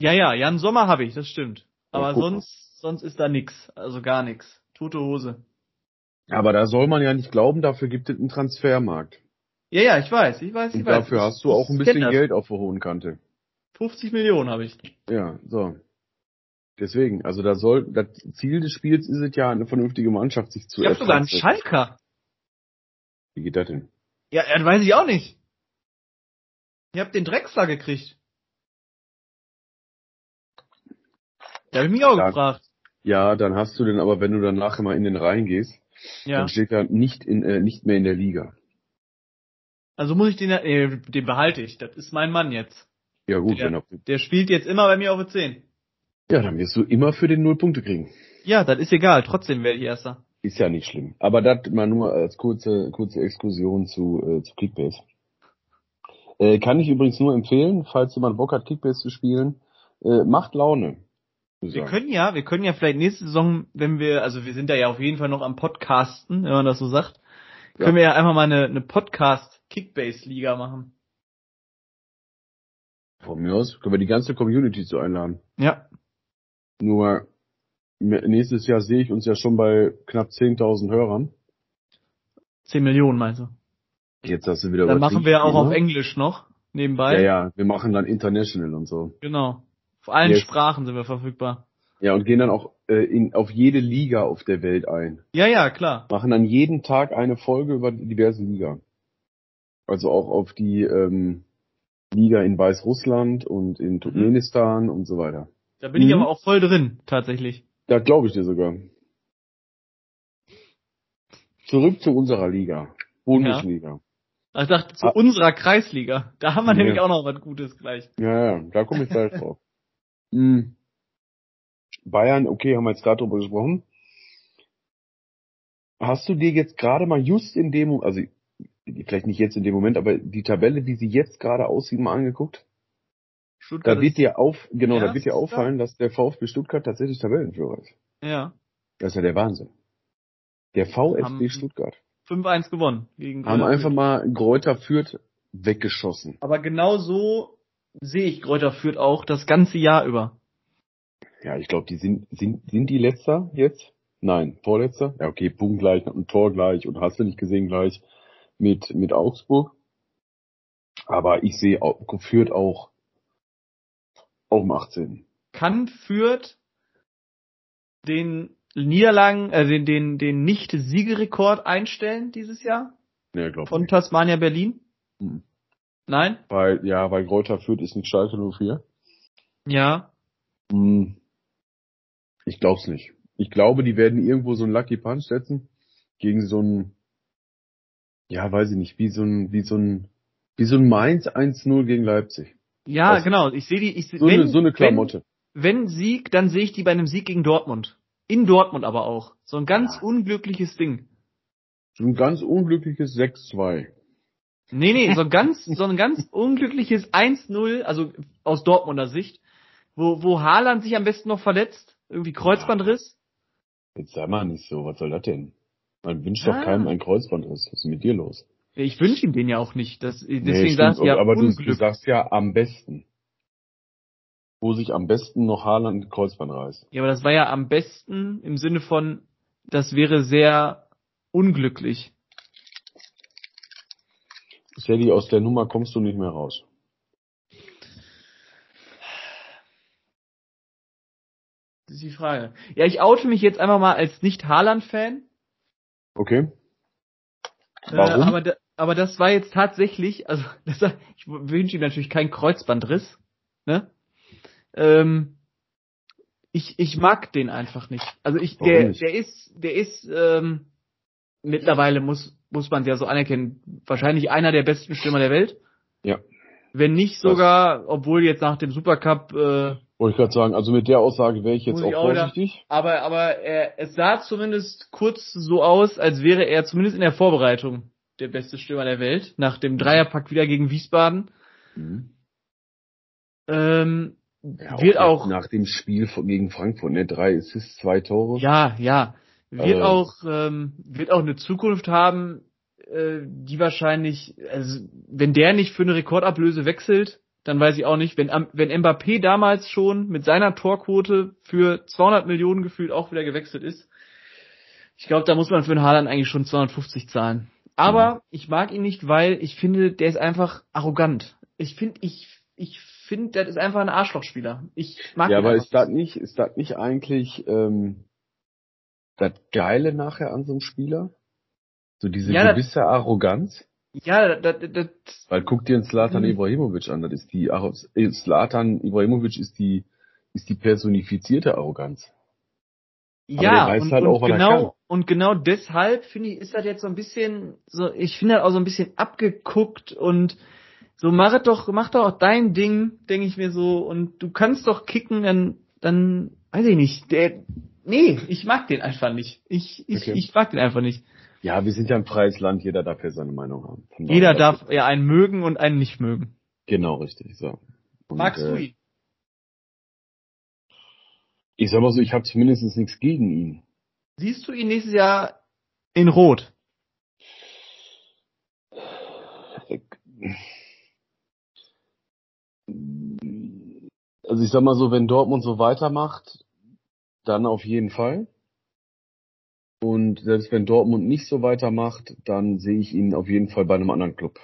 [SPEAKER 2] Ja, ja, Jan Sommer habe ich, das stimmt.
[SPEAKER 1] Ja,
[SPEAKER 2] Aber
[SPEAKER 1] guck mal.
[SPEAKER 2] sonst, sonst ist da nix, also gar nix. Tote Hose.
[SPEAKER 1] Aber da soll man ja nicht glauben, dafür gibt es einen Transfermarkt.
[SPEAKER 2] Ja, ja, ich weiß, ich weiß, ich
[SPEAKER 1] Und
[SPEAKER 2] weiß.
[SPEAKER 1] dafür
[SPEAKER 2] Ich-
[SPEAKER 1] hast du auch ein
[SPEAKER 2] ich kenn
[SPEAKER 1] bisschen
[SPEAKER 2] das.
[SPEAKER 1] Geld auf der hohen Kante.
[SPEAKER 2] 50 Millionen habe ich.
[SPEAKER 1] Ja, so. Deswegen, also da soll, das Ziel des Spiels ist es ja, eine vernünftige Mannschaft sich zu
[SPEAKER 2] Ich habe sogar einen
[SPEAKER 1] erzeugen.
[SPEAKER 2] Schalker.
[SPEAKER 1] Wie geht das denn?
[SPEAKER 2] Ja, ja, das weiß ich auch nicht. Ich hab den Drexler gekriegt. Da hab ich mich auch
[SPEAKER 1] Ja.
[SPEAKER 2] gefragt.
[SPEAKER 1] Ja, dann hast du den aber, wenn du dann nachher mal in den Rhein gehst,
[SPEAKER 2] Ja.
[SPEAKER 1] dann steht er nicht in, äh, nicht mehr in der Liga.
[SPEAKER 2] Also muss ich den, äh, den behalte ich. Das ist mein Mann jetzt.
[SPEAKER 1] Ja gut,
[SPEAKER 2] Ja.
[SPEAKER 1] wenn er,
[SPEAKER 2] Der spielt jetzt immer bei mir auf der 10.
[SPEAKER 1] ja, dann wirst du immer für den Null Punkte kriegen.
[SPEAKER 2] Ja, das ist egal. Trotzdem werde ich Erster.
[SPEAKER 1] Ist ja nicht schlimm. Aber das mal nur als kurze, kurze Exkursion zu, äh, zu Kickbase. Äh, kann ich übrigens nur empfehlen, falls jemand Bock hat, Kickbase zu spielen, äh, macht Laune. muss ich
[SPEAKER 2] Wir
[SPEAKER 1] sagen.
[SPEAKER 2] können ja, wir können ja vielleicht nächste Saison, wenn wir, also wir sind da ja auf jeden Fall noch am Podcasten, wenn man das so sagt,
[SPEAKER 1] Ja.
[SPEAKER 2] können wir ja einfach mal eine, eine Podcast-Kickbase-Liga machen.
[SPEAKER 1] Von mir aus können wir die ganze Community zu einladen.
[SPEAKER 2] Ja.
[SPEAKER 1] Nur nächstes Jahr sehe ich uns ja schon bei knapp 10.000 Hörern.
[SPEAKER 2] 10 Millionen meinst du?
[SPEAKER 1] Jetzt hast du wieder
[SPEAKER 2] Dann
[SPEAKER 1] übertrieben,
[SPEAKER 2] machen wir auch
[SPEAKER 1] ne?
[SPEAKER 2] auf Englisch noch, nebenbei.
[SPEAKER 1] Ja, ja, wir machen dann international und so.
[SPEAKER 2] Genau. Vor allen
[SPEAKER 1] Yes.
[SPEAKER 2] Sprachen sind wir verfügbar.
[SPEAKER 1] Ja, und gehen dann auch äh, in, auf jede Liga auf der Welt ein.
[SPEAKER 2] Ja, ja, klar.
[SPEAKER 1] Machen dann jeden Tag eine Folge über die diversen Liga. Also auch auf die ähm, Liga in Weißrussland und in Turkmenistan und so weiter.
[SPEAKER 2] Da bin ich
[SPEAKER 1] Mhm.
[SPEAKER 2] aber auch voll drin, tatsächlich.
[SPEAKER 1] Da glaube ich dir sogar. Zurück zu unserer Liga. Bundesliga.
[SPEAKER 2] Also Ich dachte, zu
[SPEAKER 1] Ah.
[SPEAKER 2] unserer Kreisliga. Da haben wir
[SPEAKER 1] Ja.
[SPEAKER 2] nämlich auch noch was Gutes gleich.
[SPEAKER 1] Ja, ja, da komme ich gleich drauf. Hm. Bayern, okay, haben wir jetzt gerade drüber gesprochen. Hast du dir jetzt gerade mal just in dem, also vielleicht nicht jetzt in dem Moment, aber die Tabelle, wie sie jetzt gerade aussieht, mal angeguckt?
[SPEAKER 2] Stuttgart
[SPEAKER 1] Da wird dir auf, genau, da
[SPEAKER 2] Ja,
[SPEAKER 1] wird dir
[SPEAKER 2] Stuttgart.
[SPEAKER 1] auffallen, dass der VfB Stuttgart tatsächlich Tabellenführer ist.
[SPEAKER 2] ist, ja,
[SPEAKER 1] Das ist ja der Wahnsinn. Der VfB
[SPEAKER 2] Haben-
[SPEAKER 1] Stuttgart
[SPEAKER 2] 5-1 gewonnen. Gegen
[SPEAKER 1] haben
[SPEAKER 2] Kräuter
[SPEAKER 1] einfach
[SPEAKER 2] Fürth.
[SPEAKER 1] mal Gräuter Fürth weggeschossen.
[SPEAKER 2] Aber genau so sehe ich Kräuter Fürth auch das ganze Jahr über.
[SPEAKER 1] Ja, ich glaube, die sind, sind, sind die letzter jetzt? Nein, vorletzter? Ja, okay, Punkt gleich und Tor gleich und hast du nicht gesehen gleich mit, mit Augsburg. Aber ich sehe auch, führt auch, auch um 18.
[SPEAKER 2] Kann Fürth den Niederlagen, äh, den, den, den Nicht-Siegerekord einstellen dieses Jahr
[SPEAKER 1] Nee, glaub
[SPEAKER 2] von
[SPEAKER 1] nicht.
[SPEAKER 2] Tasmania Berlin?
[SPEAKER 1] Mhm.
[SPEAKER 2] Nein?
[SPEAKER 1] Weil, ja, weil Gräuter Fürth ist nicht Schalke 04.
[SPEAKER 2] Ja.
[SPEAKER 1] Hm. Ich glaub's nicht. Ich glaube, die werden irgendwo so einen Lucky Punch setzen gegen so einen, ja, weiß ich nicht, wie so ein, wie so ein, wie so ein Mainz 1-0 gegen Leipzig.
[SPEAKER 2] Ja,
[SPEAKER 1] Also,
[SPEAKER 2] genau. Ich sehe die. Ich, seh-
[SPEAKER 1] So, eine, so eine Klamotte.
[SPEAKER 2] Wenn, wenn Sieg, dann sehe ich die bei einem Sieg gegen Dortmund. In Dortmund aber auch. So ein ganz
[SPEAKER 1] Ja.
[SPEAKER 2] unglückliches Ding.
[SPEAKER 1] So ein ganz unglückliches 6-2.
[SPEAKER 2] Nee, nee, so ein ganz, so ein ganz unglückliches 1-0, also aus Dortmunder Sicht, wo, wo Haaland sich am besten noch verletzt, irgendwie Kreuzbandriss.
[SPEAKER 1] Jetzt sei mal nicht so, was soll das denn? Man wünscht doch
[SPEAKER 2] Ah.
[SPEAKER 1] keinem ein Kreuzbandriss. Was ist mit dir los?
[SPEAKER 2] Ich wünsche ihm den ja auch nicht. Das, deswegen
[SPEAKER 1] Nee, stimmt,
[SPEAKER 2] sagst du ja
[SPEAKER 1] aber du, du
[SPEAKER 2] Unglück.
[SPEAKER 1] sagst ja am besten. Wo sich am besten noch Haaland ein Kreuzband reißt.
[SPEAKER 2] Ja, aber das war ja am besten im Sinne von, das wäre sehr unglücklich.
[SPEAKER 1] Sally, aus der Nummer kommst du nicht mehr raus.
[SPEAKER 2] Das ist die Frage. Ja, ich oute mich jetzt einfach mal als nicht Haaland-Fan.
[SPEAKER 1] Okay?
[SPEAKER 2] Äh,
[SPEAKER 1] Warum?
[SPEAKER 2] aber, da, aber das war jetzt tatsächlich, also das, war- ich wünsche ihm natürlich keinen Kreuzbandriss. Ne? Ähm, ich, ich mag den einfach nicht. Also ich,
[SPEAKER 1] Warum
[SPEAKER 2] der,
[SPEAKER 1] nicht?
[SPEAKER 2] der ist, der ist ähm, mittlerweile muss muss man ja so anerkennen, wahrscheinlich einer der besten Stürmer der Welt.
[SPEAKER 1] Ja.
[SPEAKER 2] Wenn nicht sogar, obwohl jetzt nach dem Supercup äh,
[SPEAKER 1] Wollte ich gerade sagen, also mit der Aussage wäre ich jetzt
[SPEAKER 2] Muss
[SPEAKER 1] auch
[SPEAKER 2] ich auch wieder-
[SPEAKER 1] vorsichtig.
[SPEAKER 2] Aber, aber er, es sah zumindest kurz so aus, als wäre er zumindest in der Vorbereitung der beste Stürmer der Welt. Nach dem Dreierpack wieder gegen Wiesbaden. Ähm,
[SPEAKER 1] Mhm. Ja,
[SPEAKER 2] wird
[SPEAKER 1] nach-
[SPEAKER 2] auch,
[SPEAKER 1] Nach dem Spiel von- gegen Frankfurt, ne? Drei Assists, zwei Tore.
[SPEAKER 2] ja, ja, wird
[SPEAKER 1] Ähm.
[SPEAKER 2] auch, ähm, wird auch eine Zukunft haben, äh, die wahrscheinlich, also, wenn der nicht für eine Rekordablöse wechselt, dann weiß ich auch nicht, wenn, am- wenn Mbappé damals schon mit seiner Torquote für 200 Millionen gefühlt auch wieder gewechselt ist, Ich glaube, da muss man für einen Haaland eigentlich schon 250 zahlen.
[SPEAKER 1] Mhm.
[SPEAKER 2] Aber ich mag ihn nicht, weil ich finde, der ist einfach arrogant. Ich finde, ich, ich finde, das ist einfach ein Arschlochspieler. Ich mag
[SPEAKER 1] ja,
[SPEAKER 2] ihn
[SPEAKER 1] aber
[SPEAKER 2] einfach
[SPEAKER 1] ist das nicht, ist das nicht eigentlich ähm, das Geile nachher an so einem Spieler? So diese
[SPEAKER 2] Ja, das-
[SPEAKER 1] gewisse Arroganz?
[SPEAKER 2] nicht. Ja, das, das, das,
[SPEAKER 1] Weil guck dir einen Slatan
[SPEAKER 2] Mhm.
[SPEAKER 1] Ibrahimovic an, das ist die Slatan Ibrahimovic ist die ist die personifizierte Arroganz. der
[SPEAKER 2] ja,
[SPEAKER 1] weiß
[SPEAKER 2] und,
[SPEAKER 1] halt
[SPEAKER 2] und
[SPEAKER 1] auch, was er kann.
[SPEAKER 2] genau, und genau deshalb finde ich, ist das jetzt so ein bisschen, so, ich finde das auch so ein bisschen abgeguckt und so, mach doch, mach doch auch dein Ding, denke ich mir so, und du kannst doch kicken, dann, dann, weiß ich nicht, der, nee, ich mag den einfach nicht. Ich, ich,
[SPEAKER 1] Okay.
[SPEAKER 2] ich mag den einfach nicht.
[SPEAKER 1] Ja, wir sind ja ein freies Land, jeder darf ja seine Meinung haben. Von daher-
[SPEAKER 2] Jeder darf ja einen mögen und einen nicht mögen.
[SPEAKER 1] Genau, richtig. So. Und, äh,
[SPEAKER 2] Magst du ihn?
[SPEAKER 1] Ich sag mal so, ich habe zumindest nichts gegen ihn.
[SPEAKER 2] Siehst du ihn nächstes Jahr in Rot?
[SPEAKER 1] Also ich sag mal so, wenn Dortmund so weitermacht, dann auf jeden Fall. Und selbst wenn Dortmund nicht so weitermacht, dann sehe ich ihn auf jeden Fall bei einem anderen Club.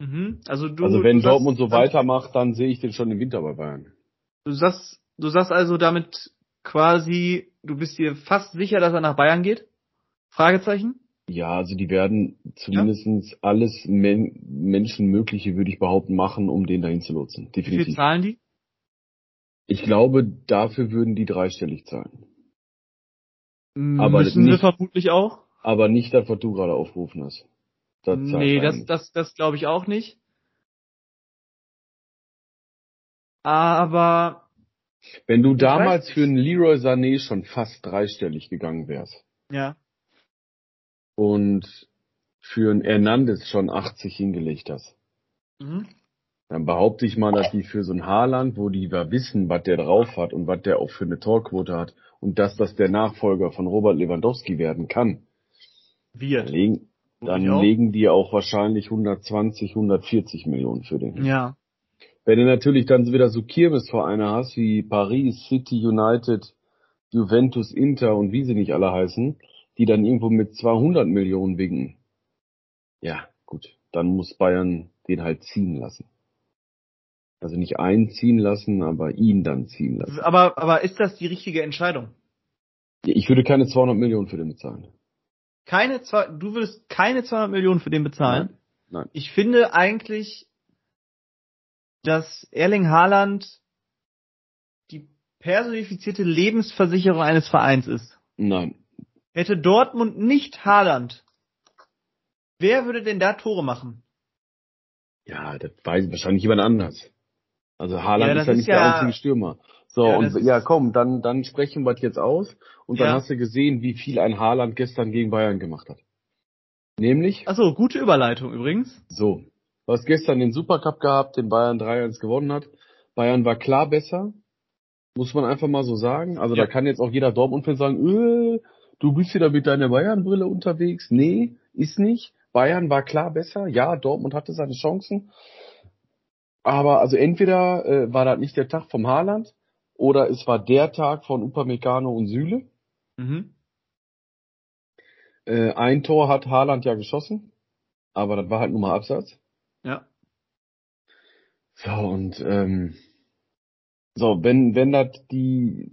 [SPEAKER 2] Mhm. Also du.
[SPEAKER 1] also wenn
[SPEAKER 2] du sagst-
[SPEAKER 1] Dortmund so weitermacht, dann sehe ich den schon im Winter bei Bayern.
[SPEAKER 2] Du sagst, du sagst also damit quasi, du bist dir fast sicher, dass er nach Bayern geht? Fragezeichen?
[SPEAKER 1] Ja, also die werden zumindestens alles Men Menschenmögliche, würde ich behaupten, machen, um den dahin zu lotsen.
[SPEAKER 2] Wie viel
[SPEAKER 1] Definitiv.
[SPEAKER 2] zahlen die?
[SPEAKER 1] Ich glaube, dafür würden die dreistellig zahlen. Aber
[SPEAKER 2] Müssen sie
[SPEAKER 1] nicht-
[SPEAKER 2] vermutlich auch?
[SPEAKER 1] Aber nicht das, was du gerade aufgerufen hast. Das zahlt
[SPEAKER 2] nee,
[SPEAKER 1] Bayern
[SPEAKER 2] das,
[SPEAKER 1] nicht.
[SPEAKER 2] das, das glaube ich auch nicht. Aber
[SPEAKER 1] Wenn du
[SPEAKER 2] Ich
[SPEAKER 1] damals
[SPEAKER 2] weiß
[SPEAKER 1] für einen Leroy Sané schon fast dreistellig gegangen wärst
[SPEAKER 2] ja,
[SPEAKER 1] und für einen Hernandez schon 80 hingelegt hast,
[SPEAKER 2] mhm.
[SPEAKER 1] dann behaupte ich mal, dass die für so ein Haaland, wo die ja wissen, was der drauf hat und was der auch für eine Torquote hat und dass das der Nachfolger von Robert Lewandowski werden kann, dann
[SPEAKER 2] wird.
[SPEAKER 1] legen, dann
[SPEAKER 2] Ich auch.
[SPEAKER 1] legen die auch wahrscheinlich 120, 140 Millionen für den. hin.
[SPEAKER 2] Ja,
[SPEAKER 1] Wenn du natürlich dann wieder so Kirmesvereine hast wie Paris, City United, Juventus, Inter und wie sie nicht alle heißen, die dann irgendwo mit 200 Millionen winken. Ja, gut, dann muss Bayern den halt ziehen lassen. Also nicht einen ziehen lassen, aber ihn dann ziehen lassen.
[SPEAKER 2] aber, aber ist das die richtige Entscheidung?
[SPEAKER 1] Ich würde keine 200 Millionen für den bezahlen.
[SPEAKER 2] Keine zwei, du würdest keine 200 Millionen für den bezahlen?
[SPEAKER 1] Nein.
[SPEAKER 2] Ich finde eigentlich, dass Erling Haaland die personifizierte Lebensversicherung eines Vereins ist.
[SPEAKER 1] Nein.
[SPEAKER 2] Hätte Dortmund nicht Haaland, wer würde denn da Tore machen?
[SPEAKER 1] Ja, das weiß wahrscheinlich jemand anders. Also Haaland
[SPEAKER 2] Ja,
[SPEAKER 1] ist
[SPEAKER 2] das
[SPEAKER 1] ja
[SPEAKER 2] ist
[SPEAKER 1] nicht
[SPEAKER 2] ja-
[SPEAKER 1] der einzige Stürmer. So,
[SPEAKER 2] Ja, das
[SPEAKER 1] und
[SPEAKER 2] ist-
[SPEAKER 1] ja, komm, dann, dann sprechen wir das jetzt aus und dann
[SPEAKER 2] Ja.
[SPEAKER 1] hast du gesehen, wie viel ein Haaland gestern gegen Bayern gemacht hat. Nämlich,
[SPEAKER 2] Achso, gute Überleitung übrigens.
[SPEAKER 1] so, du hast gestern den Supercup gehabt, den Bayern 3-1 gewonnen hat. Bayern war klar besser, muss man einfach mal so sagen. Also
[SPEAKER 2] Ja.
[SPEAKER 1] da kann jetzt auch jeder Dortmund-Fan sagen, äh, du bist wieder mit deiner Bayern-Brille unterwegs. Nee, ist nicht. Bayern war klar besser. Ja, Dortmund hatte seine Chancen. Aber also entweder äh, war das nicht der Tag vom Haaland oder es war der Tag von Upamecano und Süle.
[SPEAKER 2] Mhm.
[SPEAKER 1] Äh, ein Tor hat Haaland ja geschossen, aber das war halt nur mal Absatz.
[SPEAKER 2] Ja.
[SPEAKER 1] So, und ähm, so, wenn, wenn das die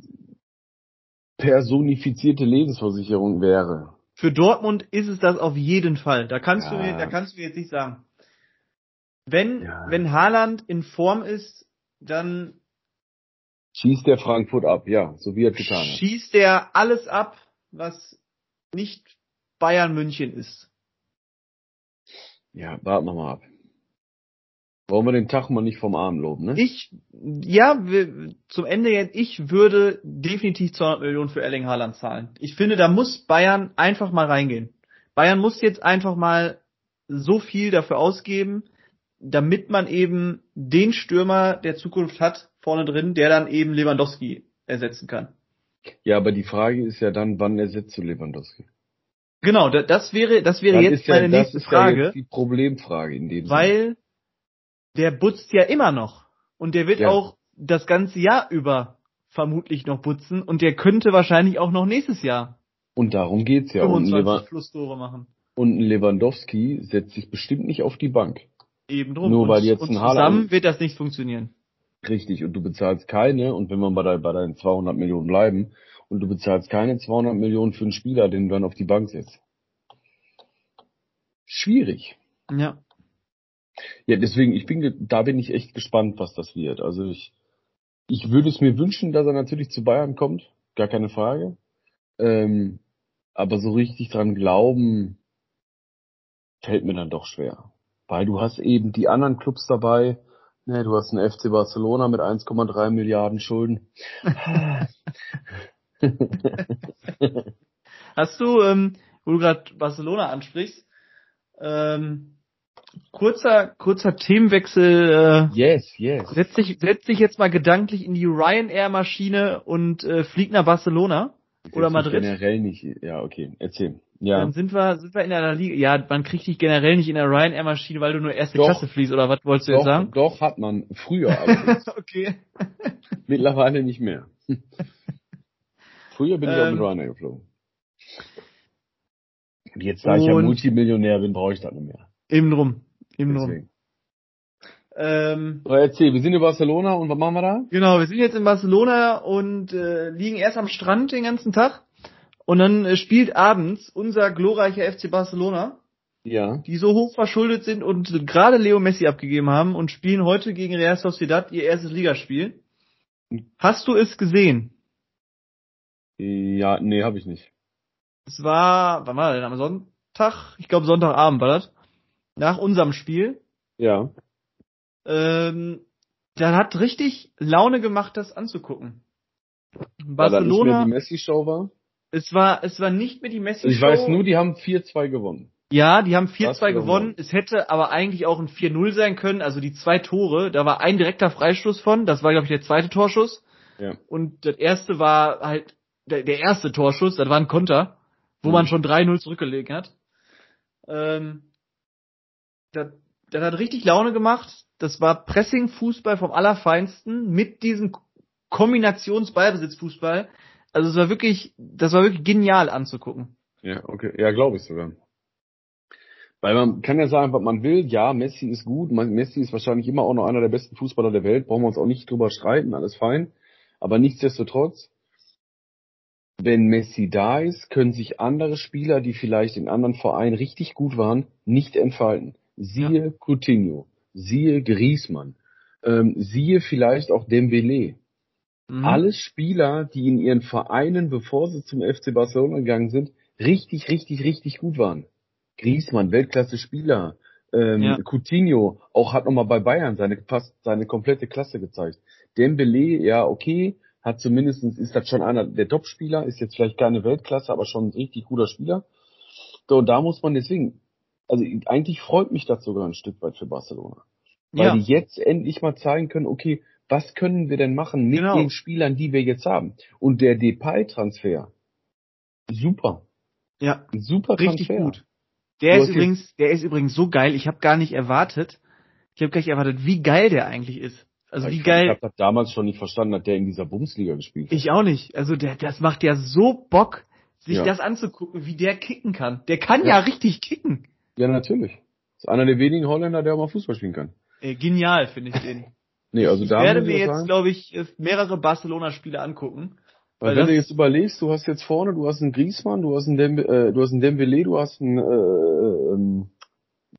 [SPEAKER 1] personifizierte Lebensversicherung wäre,
[SPEAKER 2] Für Dortmund ist es das auf jeden Fall. Da kannst du
[SPEAKER 1] Ja.
[SPEAKER 2] mir, da kannst du mir jetzt nicht sagen. Wenn,
[SPEAKER 1] Ja.
[SPEAKER 2] wenn Haaland in Form ist, dann
[SPEAKER 1] schießt der Frankfurt ab, ja, so wie er es getan hat.
[SPEAKER 2] schießt er alles ab, was nicht Bayern München ist.
[SPEAKER 1] Ja, warten wir mal ab. Wollen wir den Tag mal nicht vom Arm loben, ne?
[SPEAKER 2] Ich, ja, wir- zum Ende jetzt, ich würde definitiv 200 Millionen für Erling Haaland zahlen. Ich finde, da muss Bayern einfach mal reingehen. Bayern muss jetzt einfach mal so viel dafür ausgeben, damit man eben den Stürmer der Zukunft hat, vorne drin, der dann eben Lewandowski ersetzen kann.
[SPEAKER 1] Ja, aber die Frage ist ja dann, wann ersetzt du Lewandowski?
[SPEAKER 2] Genau, da- das wäre, das wäre
[SPEAKER 1] Dann
[SPEAKER 2] jetzt
[SPEAKER 1] ist ja,
[SPEAKER 2] meine
[SPEAKER 1] das
[SPEAKER 2] nächste
[SPEAKER 1] ist ja
[SPEAKER 2] Frage,
[SPEAKER 1] jetzt die Problemfrage in dem Sinne.
[SPEAKER 2] weil der butzt ja immer noch. Und der wird
[SPEAKER 1] Ja.
[SPEAKER 2] auch das ganze Jahr über vermutlich noch putzen und der könnte wahrscheinlich auch noch nächstes Jahr
[SPEAKER 1] Und darum geht's ja. Und ein,
[SPEAKER 2] 25
[SPEAKER 1] Lewa
[SPEAKER 2] Flusstore machen.
[SPEAKER 1] und ein Lewandowski setzt sich bestimmt nicht auf die Bank.
[SPEAKER 2] Eben drum.
[SPEAKER 1] Nur
[SPEAKER 2] und,
[SPEAKER 1] weil jetzt
[SPEAKER 2] und
[SPEAKER 1] ein
[SPEAKER 2] zusammen
[SPEAKER 1] Haaland-
[SPEAKER 2] wird das nicht funktionieren.
[SPEAKER 1] Richtig, und du bezahlst keine, und wenn wir bei, dein, bei deinen 200 Millionen bleiben, und du bezahlst keine 200 Millionen für einen Spieler, den du dann auf die Bank setzt. Schwierig.
[SPEAKER 2] Ja.
[SPEAKER 1] Ja, deswegen, ich bin, ge- da bin ich echt gespannt, was das wird. Also ich, ich würde es mir wünschen, dass er natürlich zu Bayern kommt, gar keine Frage. Ähm, aber so richtig dran glauben, fällt mir dann doch schwer. Weil du hast eben die anderen Clubs dabei. Ne, du hast einen FC Barcelona mit 1,3 Milliarden Schulden.
[SPEAKER 2] Hast du, ähm, wo du gerade Barcelona ansprichst, ähm, kurzer, kurzer Themenwechsel, äh,
[SPEAKER 1] Yes, yes.
[SPEAKER 2] setz dich, setz dich jetzt mal gedanklich in die Ryanair-Maschine und äh, flieg nach Barcelona. Oder
[SPEAKER 1] Setz mich
[SPEAKER 2] Madrid.
[SPEAKER 1] Generell nicht. Ja, okay. Erzähl. Ja.
[SPEAKER 2] Dann sind wir, sind wir in der Liga. Ja, man kriegt dich generell nicht in der Ryanair-Maschine, weil du nur erste
[SPEAKER 1] Doch.
[SPEAKER 2] Klasse fliegst, oder was wolltest du jetzt
[SPEAKER 1] Doch,
[SPEAKER 2] sagen?
[SPEAKER 1] doch hat man früher, aber
[SPEAKER 2] okay.
[SPEAKER 1] mittlerweile nicht mehr. Früher bin ich auch
[SPEAKER 2] Ähm.
[SPEAKER 1] mit Ryanair geflogen. Und jetzt, da ich ja
[SPEAKER 2] Und-
[SPEAKER 1] Multimillionär bin, brauche ich das nicht mehr.
[SPEAKER 2] Eben drum. Eben drum.
[SPEAKER 1] Deswegen.
[SPEAKER 2] Ähm,
[SPEAKER 1] Aber erzähl, wir sind in Barcelona und was machen wir da?
[SPEAKER 2] genau, wir sind jetzt in Barcelona und äh, liegen erst am Strand den ganzen Tag. Und dann äh, spielt abends unser glorreicher FC Barcelona,
[SPEAKER 1] Ja.
[SPEAKER 2] die so hoch verschuldet sind und gerade Leo Messi abgegeben haben und spielen heute gegen Real Sociedad ihr erstes Ligaspiel.
[SPEAKER 1] Hm.
[SPEAKER 2] Hast du es gesehen?
[SPEAKER 1] Ja, nee, habe ich nicht.
[SPEAKER 2] Es war, wann war das denn? Am Sonntag? Ich glaube Sonntagabend war das. Nach unserem Spiel.
[SPEAKER 1] Ja.
[SPEAKER 2] Ähm, da hat richtig Laune gemacht, das anzugucken.
[SPEAKER 1] Weil das nicht mehr
[SPEAKER 2] Barcelona,
[SPEAKER 1] die Messi-Show war.
[SPEAKER 2] es war, es war nicht mehr die Messi.
[SPEAKER 1] Ich weiß nur, die haben 4-2 gewonnen.
[SPEAKER 2] Ja, die haben 4-2
[SPEAKER 1] Barcelona.
[SPEAKER 2] gewonnen. Es hätte aber eigentlich auch ein 4-0 sein können. Also die zwei Tore, da war ein direkter Freistoß von. Das war, glaube ich, der zweite Torschuss.
[SPEAKER 1] Ja.
[SPEAKER 2] Und das erste war halt der, der erste Torschuss. Das war ein Konter, wo
[SPEAKER 1] Mhm.
[SPEAKER 2] man schon 3-0 zurückgelegen hat. Ähm, das, das hat richtig Laune gemacht. Das war Pressing-Fußball vom Allerfeinsten mit diesem Kombinationsballbesitz-Fußball. Also es war wirklich, das war wirklich genial anzugucken.
[SPEAKER 1] Ja, okay. Ja, glaube ich sogar. Weil man kann ja sagen, was man will. Ja, Messi ist gut. Man, Messi ist wahrscheinlich immer auch noch einer der besten Fußballer der Welt. Brauchen wir uns auch nicht drüber streiten. Alles fein. Aber nichtsdestotrotz wenn Messi da ist, können sich andere Spieler, die vielleicht in anderen Vereinen richtig gut waren, nicht entfalten. Siehe ja. Coutinho, siehe Griezmann, ähm, siehe vielleicht auch Dembele. Mhm. Alles Spieler, die in ihren Vereinen, bevor sie zum FC Barcelona gegangen sind, richtig, richtig, richtig gut waren. Griezmann, Weltklasse-Spieler. Ähm, ja. Coutinho auch hat nochmal bei Bayern seine, fast seine komplette Klasse gezeigt. Dembele, ja, okay, hat zumindestens ist das schon einer der Top-Spieler, ist jetzt vielleicht keine Weltklasse, aber schon ein richtig guter Spieler. So, und da muss man deswegen, also eigentlich freut mich das sogar ein Stück weit für Barcelona. Weil ja. die jetzt endlich mal zeigen können, okay, was können wir denn machen mit genau. den Spielern, die wir jetzt haben? Und der Depay-Transfer, super.
[SPEAKER 2] Ja,
[SPEAKER 1] super
[SPEAKER 2] richtig Transfer. gut. Der du ist übrigens, der ist übrigens so geil, ich habe gar nicht erwartet, ich habe gar nicht erwartet, wie geil der eigentlich ist. Also
[SPEAKER 1] ich
[SPEAKER 2] wie geil.
[SPEAKER 1] Ich habe das damals schon nicht verstanden, hat der in dieser Bumsliga gespielt hat.
[SPEAKER 2] Ich auch nicht. Also der, das macht ja so Bock, sich ja. das anzugucken, wie der kicken kann. Der kann ja, ja richtig kicken.
[SPEAKER 1] Ja, natürlich. Ist einer der wenigen Holländer, der auch mal Fußball spielen kann.
[SPEAKER 2] Äh, genial, finde ich den.
[SPEAKER 1] nee, also
[SPEAKER 2] ich
[SPEAKER 1] da
[SPEAKER 2] werde mir jetzt, glaube ich, äh, mehrere Barcelona-Spiele angucken.
[SPEAKER 1] Weil, weil wenn du jetzt überlegst, du hast jetzt vorne, du hast einen Griezmann, du hast einen, Dembe, äh, du hast einen Dembele, du hast einen äh, ähm,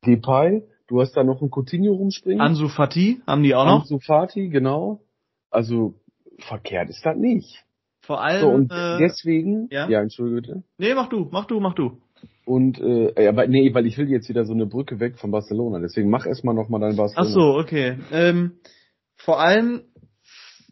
[SPEAKER 1] Depay, Du hast da noch einen Coutinho rumspringen.
[SPEAKER 2] Ansu Fati haben die auch noch.
[SPEAKER 1] Mhm. Ansu Fati, genau. Also verkehrt ist das nicht.
[SPEAKER 2] Vor allem.
[SPEAKER 1] So, und äh, deswegen.
[SPEAKER 2] Ja?
[SPEAKER 1] ja, entschuldige bitte.
[SPEAKER 2] Nee, mach du, mach du, mach du.
[SPEAKER 1] Und äh, aber nee, weil ich will jetzt wieder so eine Brücke weg von Barcelona. Deswegen mach erstmal nochmal dein Barcelona.
[SPEAKER 2] Ach so, okay. Ähm, vor allem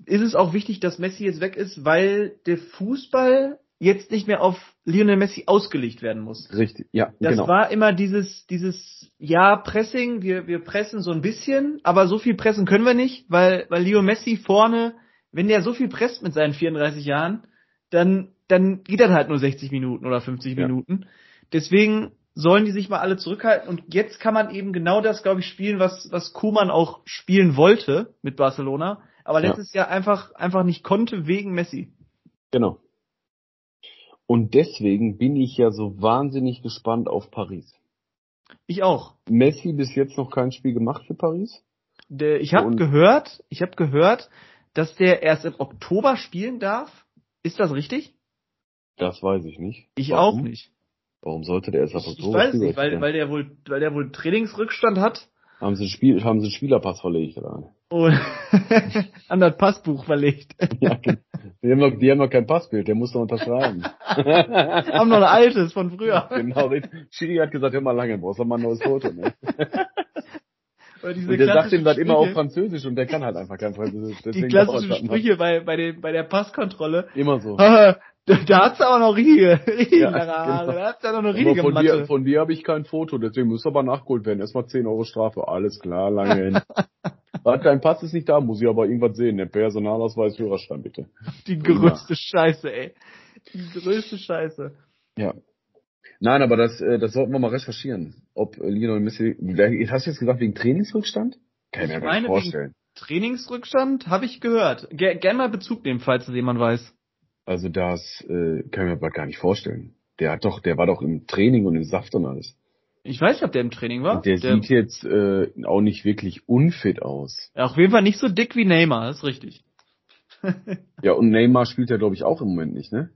[SPEAKER 2] ist es auch wichtig, dass Messi jetzt weg ist, weil der Fußball jetzt nicht mehr auf Lionel Messi ausgelegt werden muss.
[SPEAKER 1] Richtig, ja,
[SPEAKER 2] das
[SPEAKER 1] genau.
[SPEAKER 2] Das war immer dieses, dieses, ja, Pressing, wir, wir pressen so ein bisschen, aber so viel pressen können wir nicht, weil, weil Leo Messi vorne, wenn der so viel presst mit seinen 34 Jahren, dann, dann geht das halt nur 60 Minuten oder 50 ja. Minuten. Deswegen sollen die sich mal alle zurückhalten und jetzt kann man eben genau das, glaube ich, spielen, was, was Kuman auch spielen wollte mit Barcelona, aber letztes ja. Jahr einfach, einfach nicht konnte wegen Messi.
[SPEAKER 1] Genau. Und deswegen bin ich ja so wahnsinnig gespannt auf Paris.
[SPEAKER 2] Ich auch.
[SPEAKER 1] Messi bis jetzt noch kein Spiel gemacht für Paris?
[SPEAKER 2] Der, ich habe gehört, ich habe gehört, dass der erst im Oktober spielen darf. Ist das richtig?
[SPEAKER 1] Das weiß ich nicht.
[SPEAKER 2] Ich Warum? auch nicht.
[SPEAKER 1] Warum sollte der erst ab Oktober?
[SPEAKER 2] Ich weiß nicht, weil, weil der wohl, weil der wohl Trainingsrückstand hat.
[SPEAKER 1] Haben sie, Spiel, haben sie einen Spielerpass verlegt, oder?
[SPEAKER 2] Oh, an das Passbuch verlegt.
[SPEAKER 1] ja, die haben, noch, die haben noch kein Passbild, der muss noch unterschreiben.
[SPEAKER 2] haben noch ein altes von früher.
[SPEAKER 1] genau, Chiri hat gesagt, hör mal lange, brauchst du mal ein neues Foto. Ne?
[SPEAKER 2] und
[SPEAKER 1] der sagt ihm dann immer auf Französisch und der kann halt einfach kein Französisch.
[SPEAKER 2] Deswegen die klassischen Sprüche bei, bei, den, bei der Passkontrolle.
[SPEAKER 1] Immer so.
[SPEAKER 2] Da hat's aber noch richtige, richtige ja, Haare. Genau. Da hat's ja noch ne? eine richtige
[SPEAKER 1] von
[SPEAKER 2] Matte.
[SPEAKER 1] Dir, von dir habe ich kein Foto, deswegen muss aber nachgeholt werden. Erstmal 10 Euro Strafe, alles klar, lange hin. Hat dein Pass ist nicht da, muss ich aber irgendwas sehen. Der Personalausweis, Führerschein bitte.
[SPEAKER 2] Die größte ja. Scheiße, ey. Die größte Scheiße.
[SPEAKER 1] Ja. Nein, aber das, äh, das sollten wir mal recherchieren. Ob Lionel Messi, hast du jetzt gesagt wegen Trainingsrückstand?
[SPEAKER 2] Kann ich mir gar nicht vorstellen. Trainingsrückstand habe ich gehört. Ger gerne mal Bezug nehmen, falls es jemand weiß.
[SPEAKER 1] Also das äh, kann ich mir gar nicht vorstellen. Der hat doch, der war doch im Training und im Saft und alles.
[SPEAKER 2] Ich weiß nicht, ob der im Training war.
[SPEAKER 1] Und der, der sieht jetzt äh, auch nicht wirklich unfit aus.
[SPEAKER 2] Ja, auf jeden Fall nicht so dick wie Neymar, ist richtig.
[SPEAKER 1] ja, und Neymar spielt ja, glaube ich, auch im Moment nicht, ne?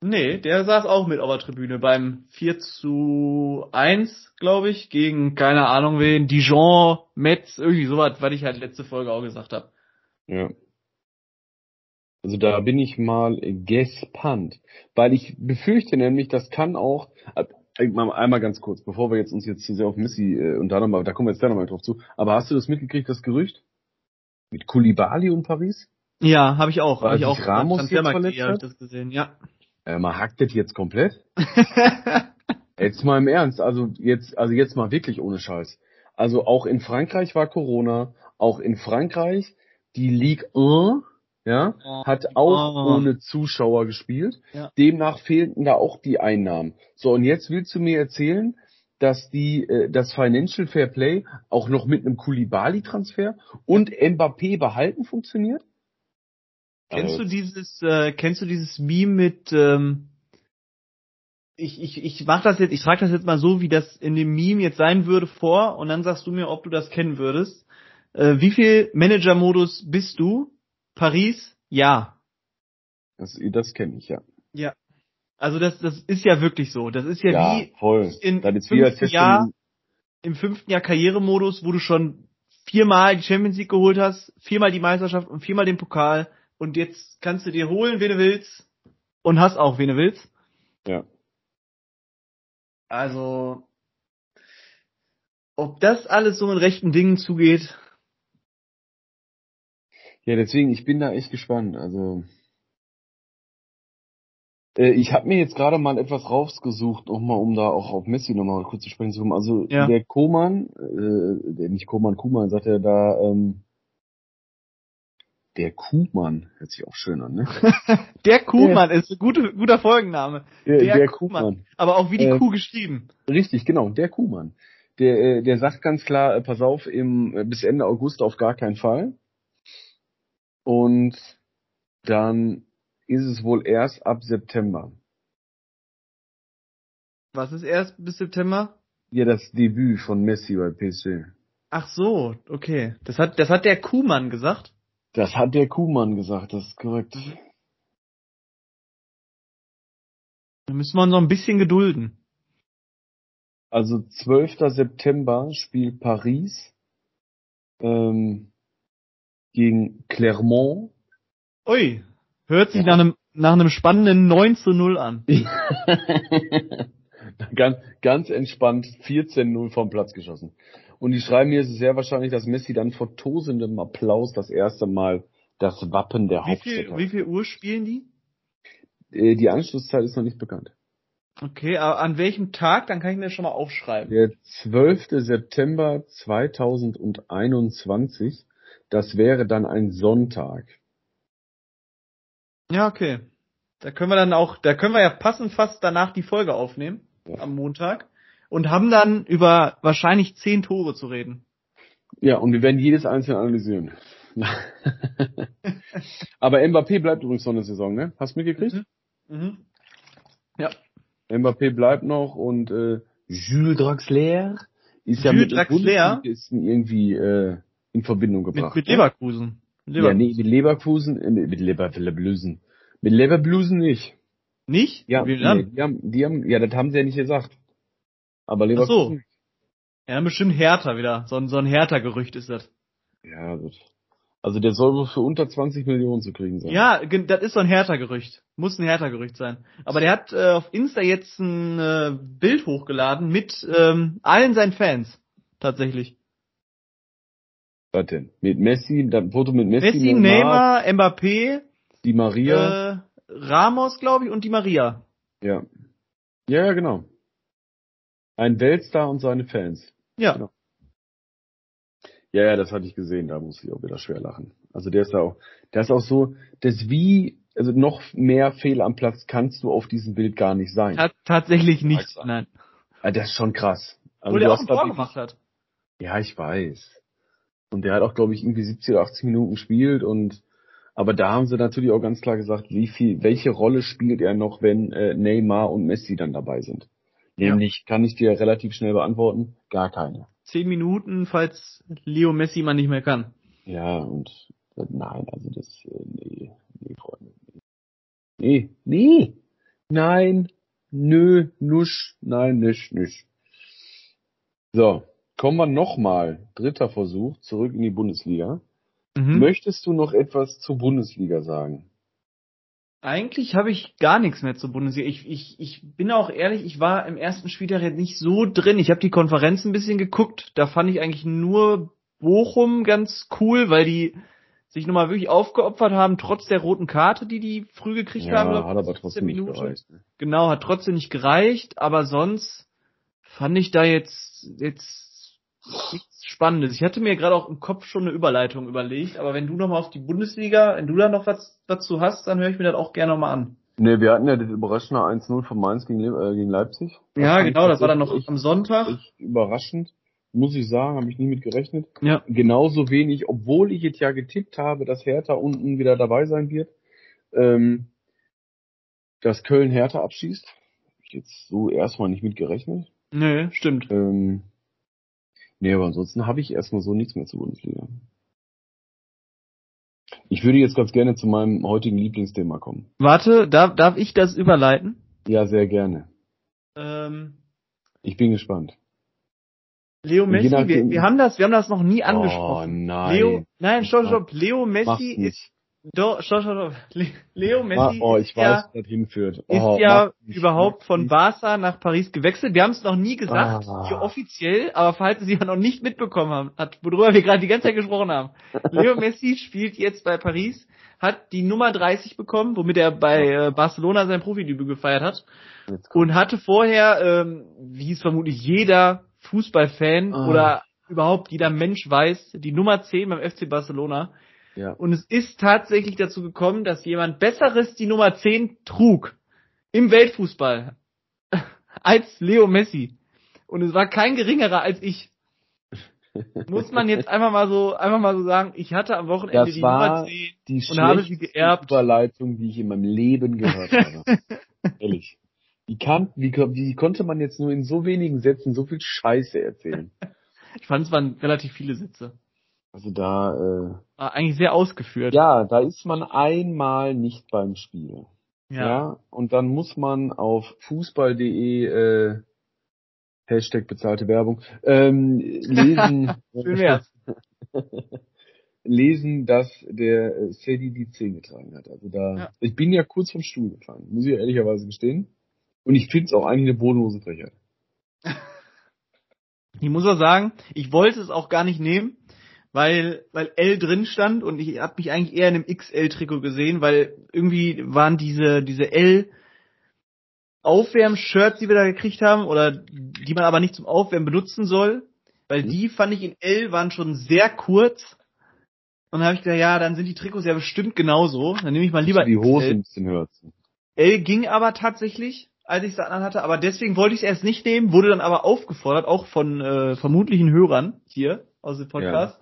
[SPEAKER 2] Nee, der saß auch mit auf der Tribüne beim 4 zu 1, glaube ich, gegen, keine Ahnung wen, Dijon, Metz, irgendwie sowas, was ich halt letzte Folge auch gesagt habe.
[SPEAKER 1] Ja. Also da bin ich mal gespannt, weil ich befürchte nämlich, das kann auch äh, einmal ganz kurz, bevor wir jetzt uns jetzt zu sehr auf Messi äh, und da nochmal, da kommen wir jetzt da nochmal drauf zu. Aber hast du das mitgekriegt, das Gerücht mit Kulibali und Paris?
[SPEAKER 2] Ja, habe ich auch.
[SPEAKER 1] Weil
[SPEAKER 2] hab ich auch.
[SPEAKER 1] Ramos jetzt verletzt
[SPEAKER 2] ja,
[SPEAKER 1] hat?
[SPEAKER 2] das gesehen, ja.
[SPEAKER 1] Äh, man hackt das jetzt komplett. jetzt mal im Ernst, also jetzt, also jetzt mal wirklich ohne Scheiß. Also auch in Frankreich war Corona, auch in Frankreich die Ligue 1 ja, hat auch
[SPEAKER 2] Ah.
[SPEAKER 1] oh. ohne Zuschauer gespielt. Ja. Demnach fehlten da auch die Einnahmen. So, und jetzt willst du mir erzählen, dass die äh, das Financial Fair Play auch noch mit einem Kulibali-Transfer und Mbappé behalten funktioniert?
[SPEAKER 2] Kennst also. du dieses, äh, kennst du dieses Meme mit ähm, ich, ich, ich mach das jetzt, ich trage das jetzt mal so, wie das in dem Meme jetzt sein würde vor und dann sagst du mir, ob du das kennen würdest. Äh, wie viel Manager-Modus bist du? Paris, ja.
[SPEAKER 1] Also Das, das kenne ich, ja.
[SPEAKER 2] Ja. Also das, das ist ja wirklich so. Das ist ja,
[SPEAKER 1] Ja,
[SPEAKER 2] wie
[SPEAKER 1] voll.
[SPEAKER 2] in
[SPEAKER 1] Dann ist
[SPEAKER 2] fünf
[SPEAKER 1] wieder Test-
[SPEAKER 2] Jahr- im fünften Jahr Karrieremodus, wo du schon viermal die Champions League geholt hast, viermal die Meisterschaft und viermal den Pokal und jetzt kannst du dir holen, wen du willst und hast auch, wen du willst.
[SPEAKER 1] Ja.
[SPEAKER 2] Also, ob das alles so in rechten Dingen zugeht,
[SPEAKER 1] Ja, deswegen, ich bin da echt gespannt. Also äh, ich habe mir jetzt gerade mal etwas rausgesucht, nochmal, um da auch auf Messi nochmal kurz zu sprechen zu kommen. Also
[SPEAKER 2] Ja.
[SPEAKER 1] der Koman, äh, der nicht Koman, Kuman, sagt er da, ähm, der Kuhmann, hört sich auch schön an, ne?
[SPEAKER 2] der Kuhmann ist ein gute, guter Folgenname.
[SPEAKER 1] Der,
[SPEAKER 2] Kuhmann. Aber auch wie die
[SPEAKER 1] Äh,
[SPEAKER 2] Kuh geschrieben.
[SPEAKER 1] Richtig, genau, der Kuhmann. Der, äh, der sagt ganz klar, äh, pass auf, im, äh, bis Ende August auf gar keinen Fall. Und dann ist es wohl erst ab September.
[SPEAKER 2] Was ist erst bis September?
[SPEAKER 1] Ja, das Debüt von Messi bei PSG.
[SPEAKER 2] Ach so, okay. Das hat, das hat der Kuhmann gesagt.
[SPEAKER 1] Das hat der Kuhmann gesagt, das ist korrekt.
[SPEAKER 2] Da müssen wir uns noch ein bisschen gedulden.
[SPEAKER 1] Also 12. September spielt Paris ähm, gegen Clermont.
[SPEAKER 2] Ui, hört sich
[SPEAKER 1] Ja.
[SPEAKER 2] nach einem nach einem spannenden 9 zu 0 an.
[SPEAKER 1] ganz, ganz entspannt 14-0 vom Platz geschossen. Und die schreiben hier, es ist sehr wahrscheinlich, dass Messi dann vor tosendem Applaus das erste Mal das Wappen der
[SPEAKER 2] Wie viel,
[SPEAKER 1] Hauptstadt
[SPEAKER 2] wie
[SPEAKER 1] hat.
[SPEAKER 2] viel Uhr spielen die?
[SPEAKER 1] Äh, Die Anschlusszeit ist noch nicht bekannt.
[SPEAKER 2] Okay, aber an welchem Tag? Dann kann ich mir das schon mal aufschreiben.
[SPEAKER 1] Der 12. September 2021, das wäre dann ein Sonntag.
[SPEAKER 2] Ja, okay. Da können wir dann auch, da können wir ja passend fast danach die Folge aufnehmen
[SPEAKER 1] Ja.
[SPEAKER 2] am Montag und haben dann über wahrscheinlich zehn Tore zu reden.
[SPEAKER 1] Ja, und wir werden jedes einzelne analysieren. Aber Mbappé bleibt übrigens noch eine Saison, ne? Hast du mitgekriegt?
[SPEAKER 2] Mhm. Ja.
[SPEAKER 1] Mbappé bleibt noch und äh, Jules Draxler ist ja
[SPEAKER 2] Jules
[SPEAKER 1] mit
[SPEAKER 2] Draxler?
[SPEAKER 1] ist irgendwie äh, in Verbindung
[SPEAKER 2] Mit,
[SPEAKER 1] gebracht.
[SPEAKER 2] mit
[SPEAKER 1] ne?
[SPEAKER 2] Leverkusen.
[SPEAKER 1] Ja,
[SPEAKER 2] Leverkusen.
[SPEAKER 1] nee, mit Leverkusen, äh, mit Lever- Leverkusen. Mit Leverkusen nicht.
[SPEAKER 2] Nicht?
[SPEAKER 1] Ja,
[SPEAKER 2] Wie
[SPEAKER 1] nee,
[SPEAKER 2] dann?
[SPEAKER 1] die haben, die haben, ja, das haben sie ja nicht gesagt. Aber
[SPEAKER 2] Ach so.
[SPEAKER 1] Leverkusen.
[SPEAKER 2] Ja, dann bestimmt Hertha wieder. So ein, so ein Hertha-Gerücht ist das.
[SPEAKER 1] Ja, gut. Also der soll wohl für unter 20 Millionen zu kriegen sein.
[SPEAKER 2] Ja, gen- das ist so ein Hertha-Gerücht. Muss ein Hertha-Gerücht sein. Aber der hat äh, auf Insta jetzt ein äh, Bild hochgeladen mit ähm, allen seinen Fans. Tatsächlich.
[SPEAKER 1] Was denn? Mit Messi, dann Foto mit Messi,
[SPEAKER 2] Messi, Neymar, Mbappé,
[SPEAKER 1] die Maria.
[SPEAKER 2] äh, Ramos, glaube ich, und die Maria.
[SPEAKER 1] ja. Ja, ja, genau. Ein Weltstar und seine Fans.
[SPEAKER 2] Ja.
[SPEAKER 1] Genau. Ja, ja, das hatte ich gesehen, da muss ich auch wieder schwer lachen. Also der ist da auch, der ist auch so, das wie, also noch mehr Fehl am Platz kannst du auf diesem Bild gar nicht sein.
[SPEAKER 2] Ta tatsächlich nicht.
[SPEAKER 1] Weiß er.
[SPEAKER 2] Nein.
[SPEAKER 1] Ah, Das ist schon krass. Also
[SPEAKER 2] Obwohl der
[SPEAKER 1] du
[SPEAKER 2] auch ein
[SPEAKER 1] hast da
[SPEAKER 2] Tor
[SPEAKER 1] wirklich-
[SPEAKER 2] gemacht hat.
[SPEAKER 1] Ja, ich weiß. Und der hat auch, glaube ich, irgendwie 70 oder 80 Minuten gespielt und aber da haben sie natürlich auch ganz klar gesagt, wie viel, welche Rolle spielt er noch, wenn äh, Neymar und Messi dann dabei sind.
[SPEAKER 2] Ja.
[SPEAKER 1] Nämlich kann ich dir relativ schnell beantworten, gar keine.
[SPEAKER 2] Zehn Minuten, falls Leo Messi mal nicht mehr kann.
[SPEAKER 1] Ja, und äh, nein, also das äh, nee, nee, Freunde. Nee, nee. Nein, nö, nusch, nein, nisch, nisch. So, kommen wir nochmal, dritter Versuch, zurück in die Bundesliga.
[SPEAKER 2] Mhm.
[SPEAKER 1] Möchtest du noch etwas zur Bundesliga sagen?
[SPEAKER 2] Eigentlich habe ich gar nichts mehr zur Bundesliga. Ich, ich, ich bin auch ehrlich, ich war im ersten Spieltag jetzt nicht so drin. Ich habe die Konferenz ein bisschen geguckt. Da fand ich eigentlich nur Bochum ganz cool, weil die sich nochmal wirklich aufgeopfert haben, trotz der roten Karte, die die früh gekriegt haben. glaub ich,
[SPEAKER 1] hat aber
[SPEAKER 2] 15
[SPEAKER 1] trotzdem nicht
[SPEAKER 2] Minuten.
[SPEAKER 1] gereicht. ne?
[SPEAKER 2] Genau, hat trotzdem nicht gereicht. Aber sonst fand ich da jetzt, jetzt nichts Spannendes. Ich hatte mir gerade auch im Kopf schon eine Überleitung überlegt. Aber wenn du nochmal auf die Bundesliga, wenn du da noch was dazu hast, dann höre ich mir das auch gerne nochmal an.
[SPEAKER 1] Ne, wir hatten ja das überraschende 1-0 von Mainz gegen, Le- äh, gegen Leipzig.
[SPEAKER 2] Ja,
[SPEAKER 1] fand
[SPEAKER 2] genau,
[SPEAKER 1] ich
[SPEAKER 2] das war dann noch
[SPEAKER 1] tatsächlich
[SPEAKER 2] am Sonntag.
[SPEAKER 1] echt überraschend, muss ich sagen, habe ich nie mit gerechnet.
[SPEAKER 2] Ja.
[SPEAKER 1] Genauso wenig, obwohl ich jetzt ja getippt habe, dass Hertha unten wieder dabei sein wird, ähm, dass Köln Hertha abschießt. Hab ich jetzt so erstmal nicht mit gerechnet.
[SPEAKER 2] Nö, stimmt.
[SPEAKER 1] Ähm, nee, aber ansonsten habe ich erstmal so nichts mehr zur Bundesliga. Ich würde jetzt ganz gerne zu meinem heutigen Lieblingsthema kommen.
[SPEAKER 2] Warte, darf, darf ich das überleiten?
[SPEAKER 1] Ja, sehr gerne.
[SPEAKER 2] Ähm,
[SPEAKER 1] Ich bin gespannt.
[SPEAKER 2] Leo
[SPEAKER 1] Je
[SPEAKER 2] Messi, wir,
[SPEAKER 1] nachdem-
[SPEAKER 2] wir haben das, wir haben das noch nie
[SPEAKER 1] Oh
[SPEAKER 2] angesprochen.
[SPEAKER 1] nein.
[SPEAKER 2] Leo, nein, stopp,
[SPEAKER 1] Nein.
[SPEAKER 2] stopp. Leo
[SPEAKER 1] Mach's
[SPEAKER 2] Messi ist,
[SPEAKER 1] nicht.
[SPEAKER 2] doch, stopp, stopp, stopp. Le- Leo
[SPEAKER 1] Ma-
[SPEAKER 2] Messi
[SPEAKER 1] oh, ich
[SPEAKER 2] ist ja,
[SPEAKER 1] weiß, wo das hinführt.
[SPEAKER 2] ist
[SPEAKER 1] Oh,
[SPEAKER 2] ja
[SPEAKER 1] mach's nicht.
[SPEAKER 2] überhaupt von
[SPEAKER 1] Mach's
[SPEAKER 2] Barca nach Paris gewechselt. Wir haben es noch nie gesagt,
[SPEAKER 1] Ah.
[SPEAKER 2] hier offiziell, aber falls Sie ja noch nicht mitbekommen haben, hat, worüber wir gerade die ganze Zeit gesprochen haben. Leo Messi spielt jetzt bei Paris, hat die Nummer 30 bekommen, womit er bei äh, Barcelona sein Profidebüt gefeiert hat
[SPEAKER 1] nicht. Jetzt kommt-
[SPEAKER 2] und hatte vorher, ähm, wie es vermutlich jeder Fußballfan
[SPEAKER 1] Ah.
[SPEAKER 2] oder überhaupt jeder Mensch weiß, die Nummer 10 beim FC Barcelona.
[SPEAKER 1] Ja.
[SPEAKER 2] Und es ist tatsächlich dazu gekommen, dass jemand Besseres die Nummer 10 trug im Weltfußball als Leo Messi. Und es war kein geringerer als ich. Muss man jetzt einfach mal so, einfach mal so sagen, ich hatte am Wochenende
[SPEAKER 1] Das
[SPEAKER 2] die
[SPEAKER 1] war
[SPEAKER 2] Nummer 10
[SPEAKER 1] die
[SPEAKER 2] und habe sie
[SPEAKER 1] schlechteste
[SPEAKER 2] geerbt.
[SPEAKER 1] Überleitung, die ich in meinem Leben gehört habe. Ehrlich. Wie, kann, wie, ko- wie konnte man jetzt nur in so wenigen Sätzen so viel Scheiße erzählen?
[SPEAKER 2] Ich fand, es waren relativ viele Sitze.
[SPEAKER 1] Also da,
[SPEAKER 2] War eigentlich sehr ausgeführt.
[SPEAKER 1] äh, ja, da ist man einmal nicht beim Spiel. Ja. und dann muss man auf fußball.de äh, Hashtag bezahlte Werbung ähm, lesen,
[SPEAKER 2] Schön wär's.
[SPEAKER 1] lesen, dass der äh, Sadie die 10 getragen hat. Also da,
[SPEAKER 2] Ja.
[SPEAKER 1] ich bin ja kurz vom Stuhl gefallen, muss ich ja ehrlicherweise gestehen. Und ich finde es auch eigentlich eine bodenlose Frechheit.
[SPEAKER 2] Ich muss auch sagen, ich wollte es auch gar nicht nehmen, weil, weil L drin stand und ich habe mich eigentlich eher in einem XL-Trikot gesehen, weil irgendwie waren diese, diese L Aufwärm-Shirts, die wir da gekriegt haben, oder die man aber nicht zum Aufwärmen benutzen soll, weil die fand ich in L waren schon sehr kurz. Und dann habe ich gedacht, ja, dann sind die Trikots ja bestimmt genauso. Dann nehme ich mal lieber
[SPEAKER 1] die Hose
[SPEAKER 2] XL.
[SPEAKER 1] ein bisschen höher zu.
[SPEAKER 2] L ging aber tatsächlich, als ich es an hatte, aber deswegen wollte ich es erst nicht nehmen, wurde dann aber aufgefordert, auch von äh, vermutlichen Hörern hier aus dem Podcast.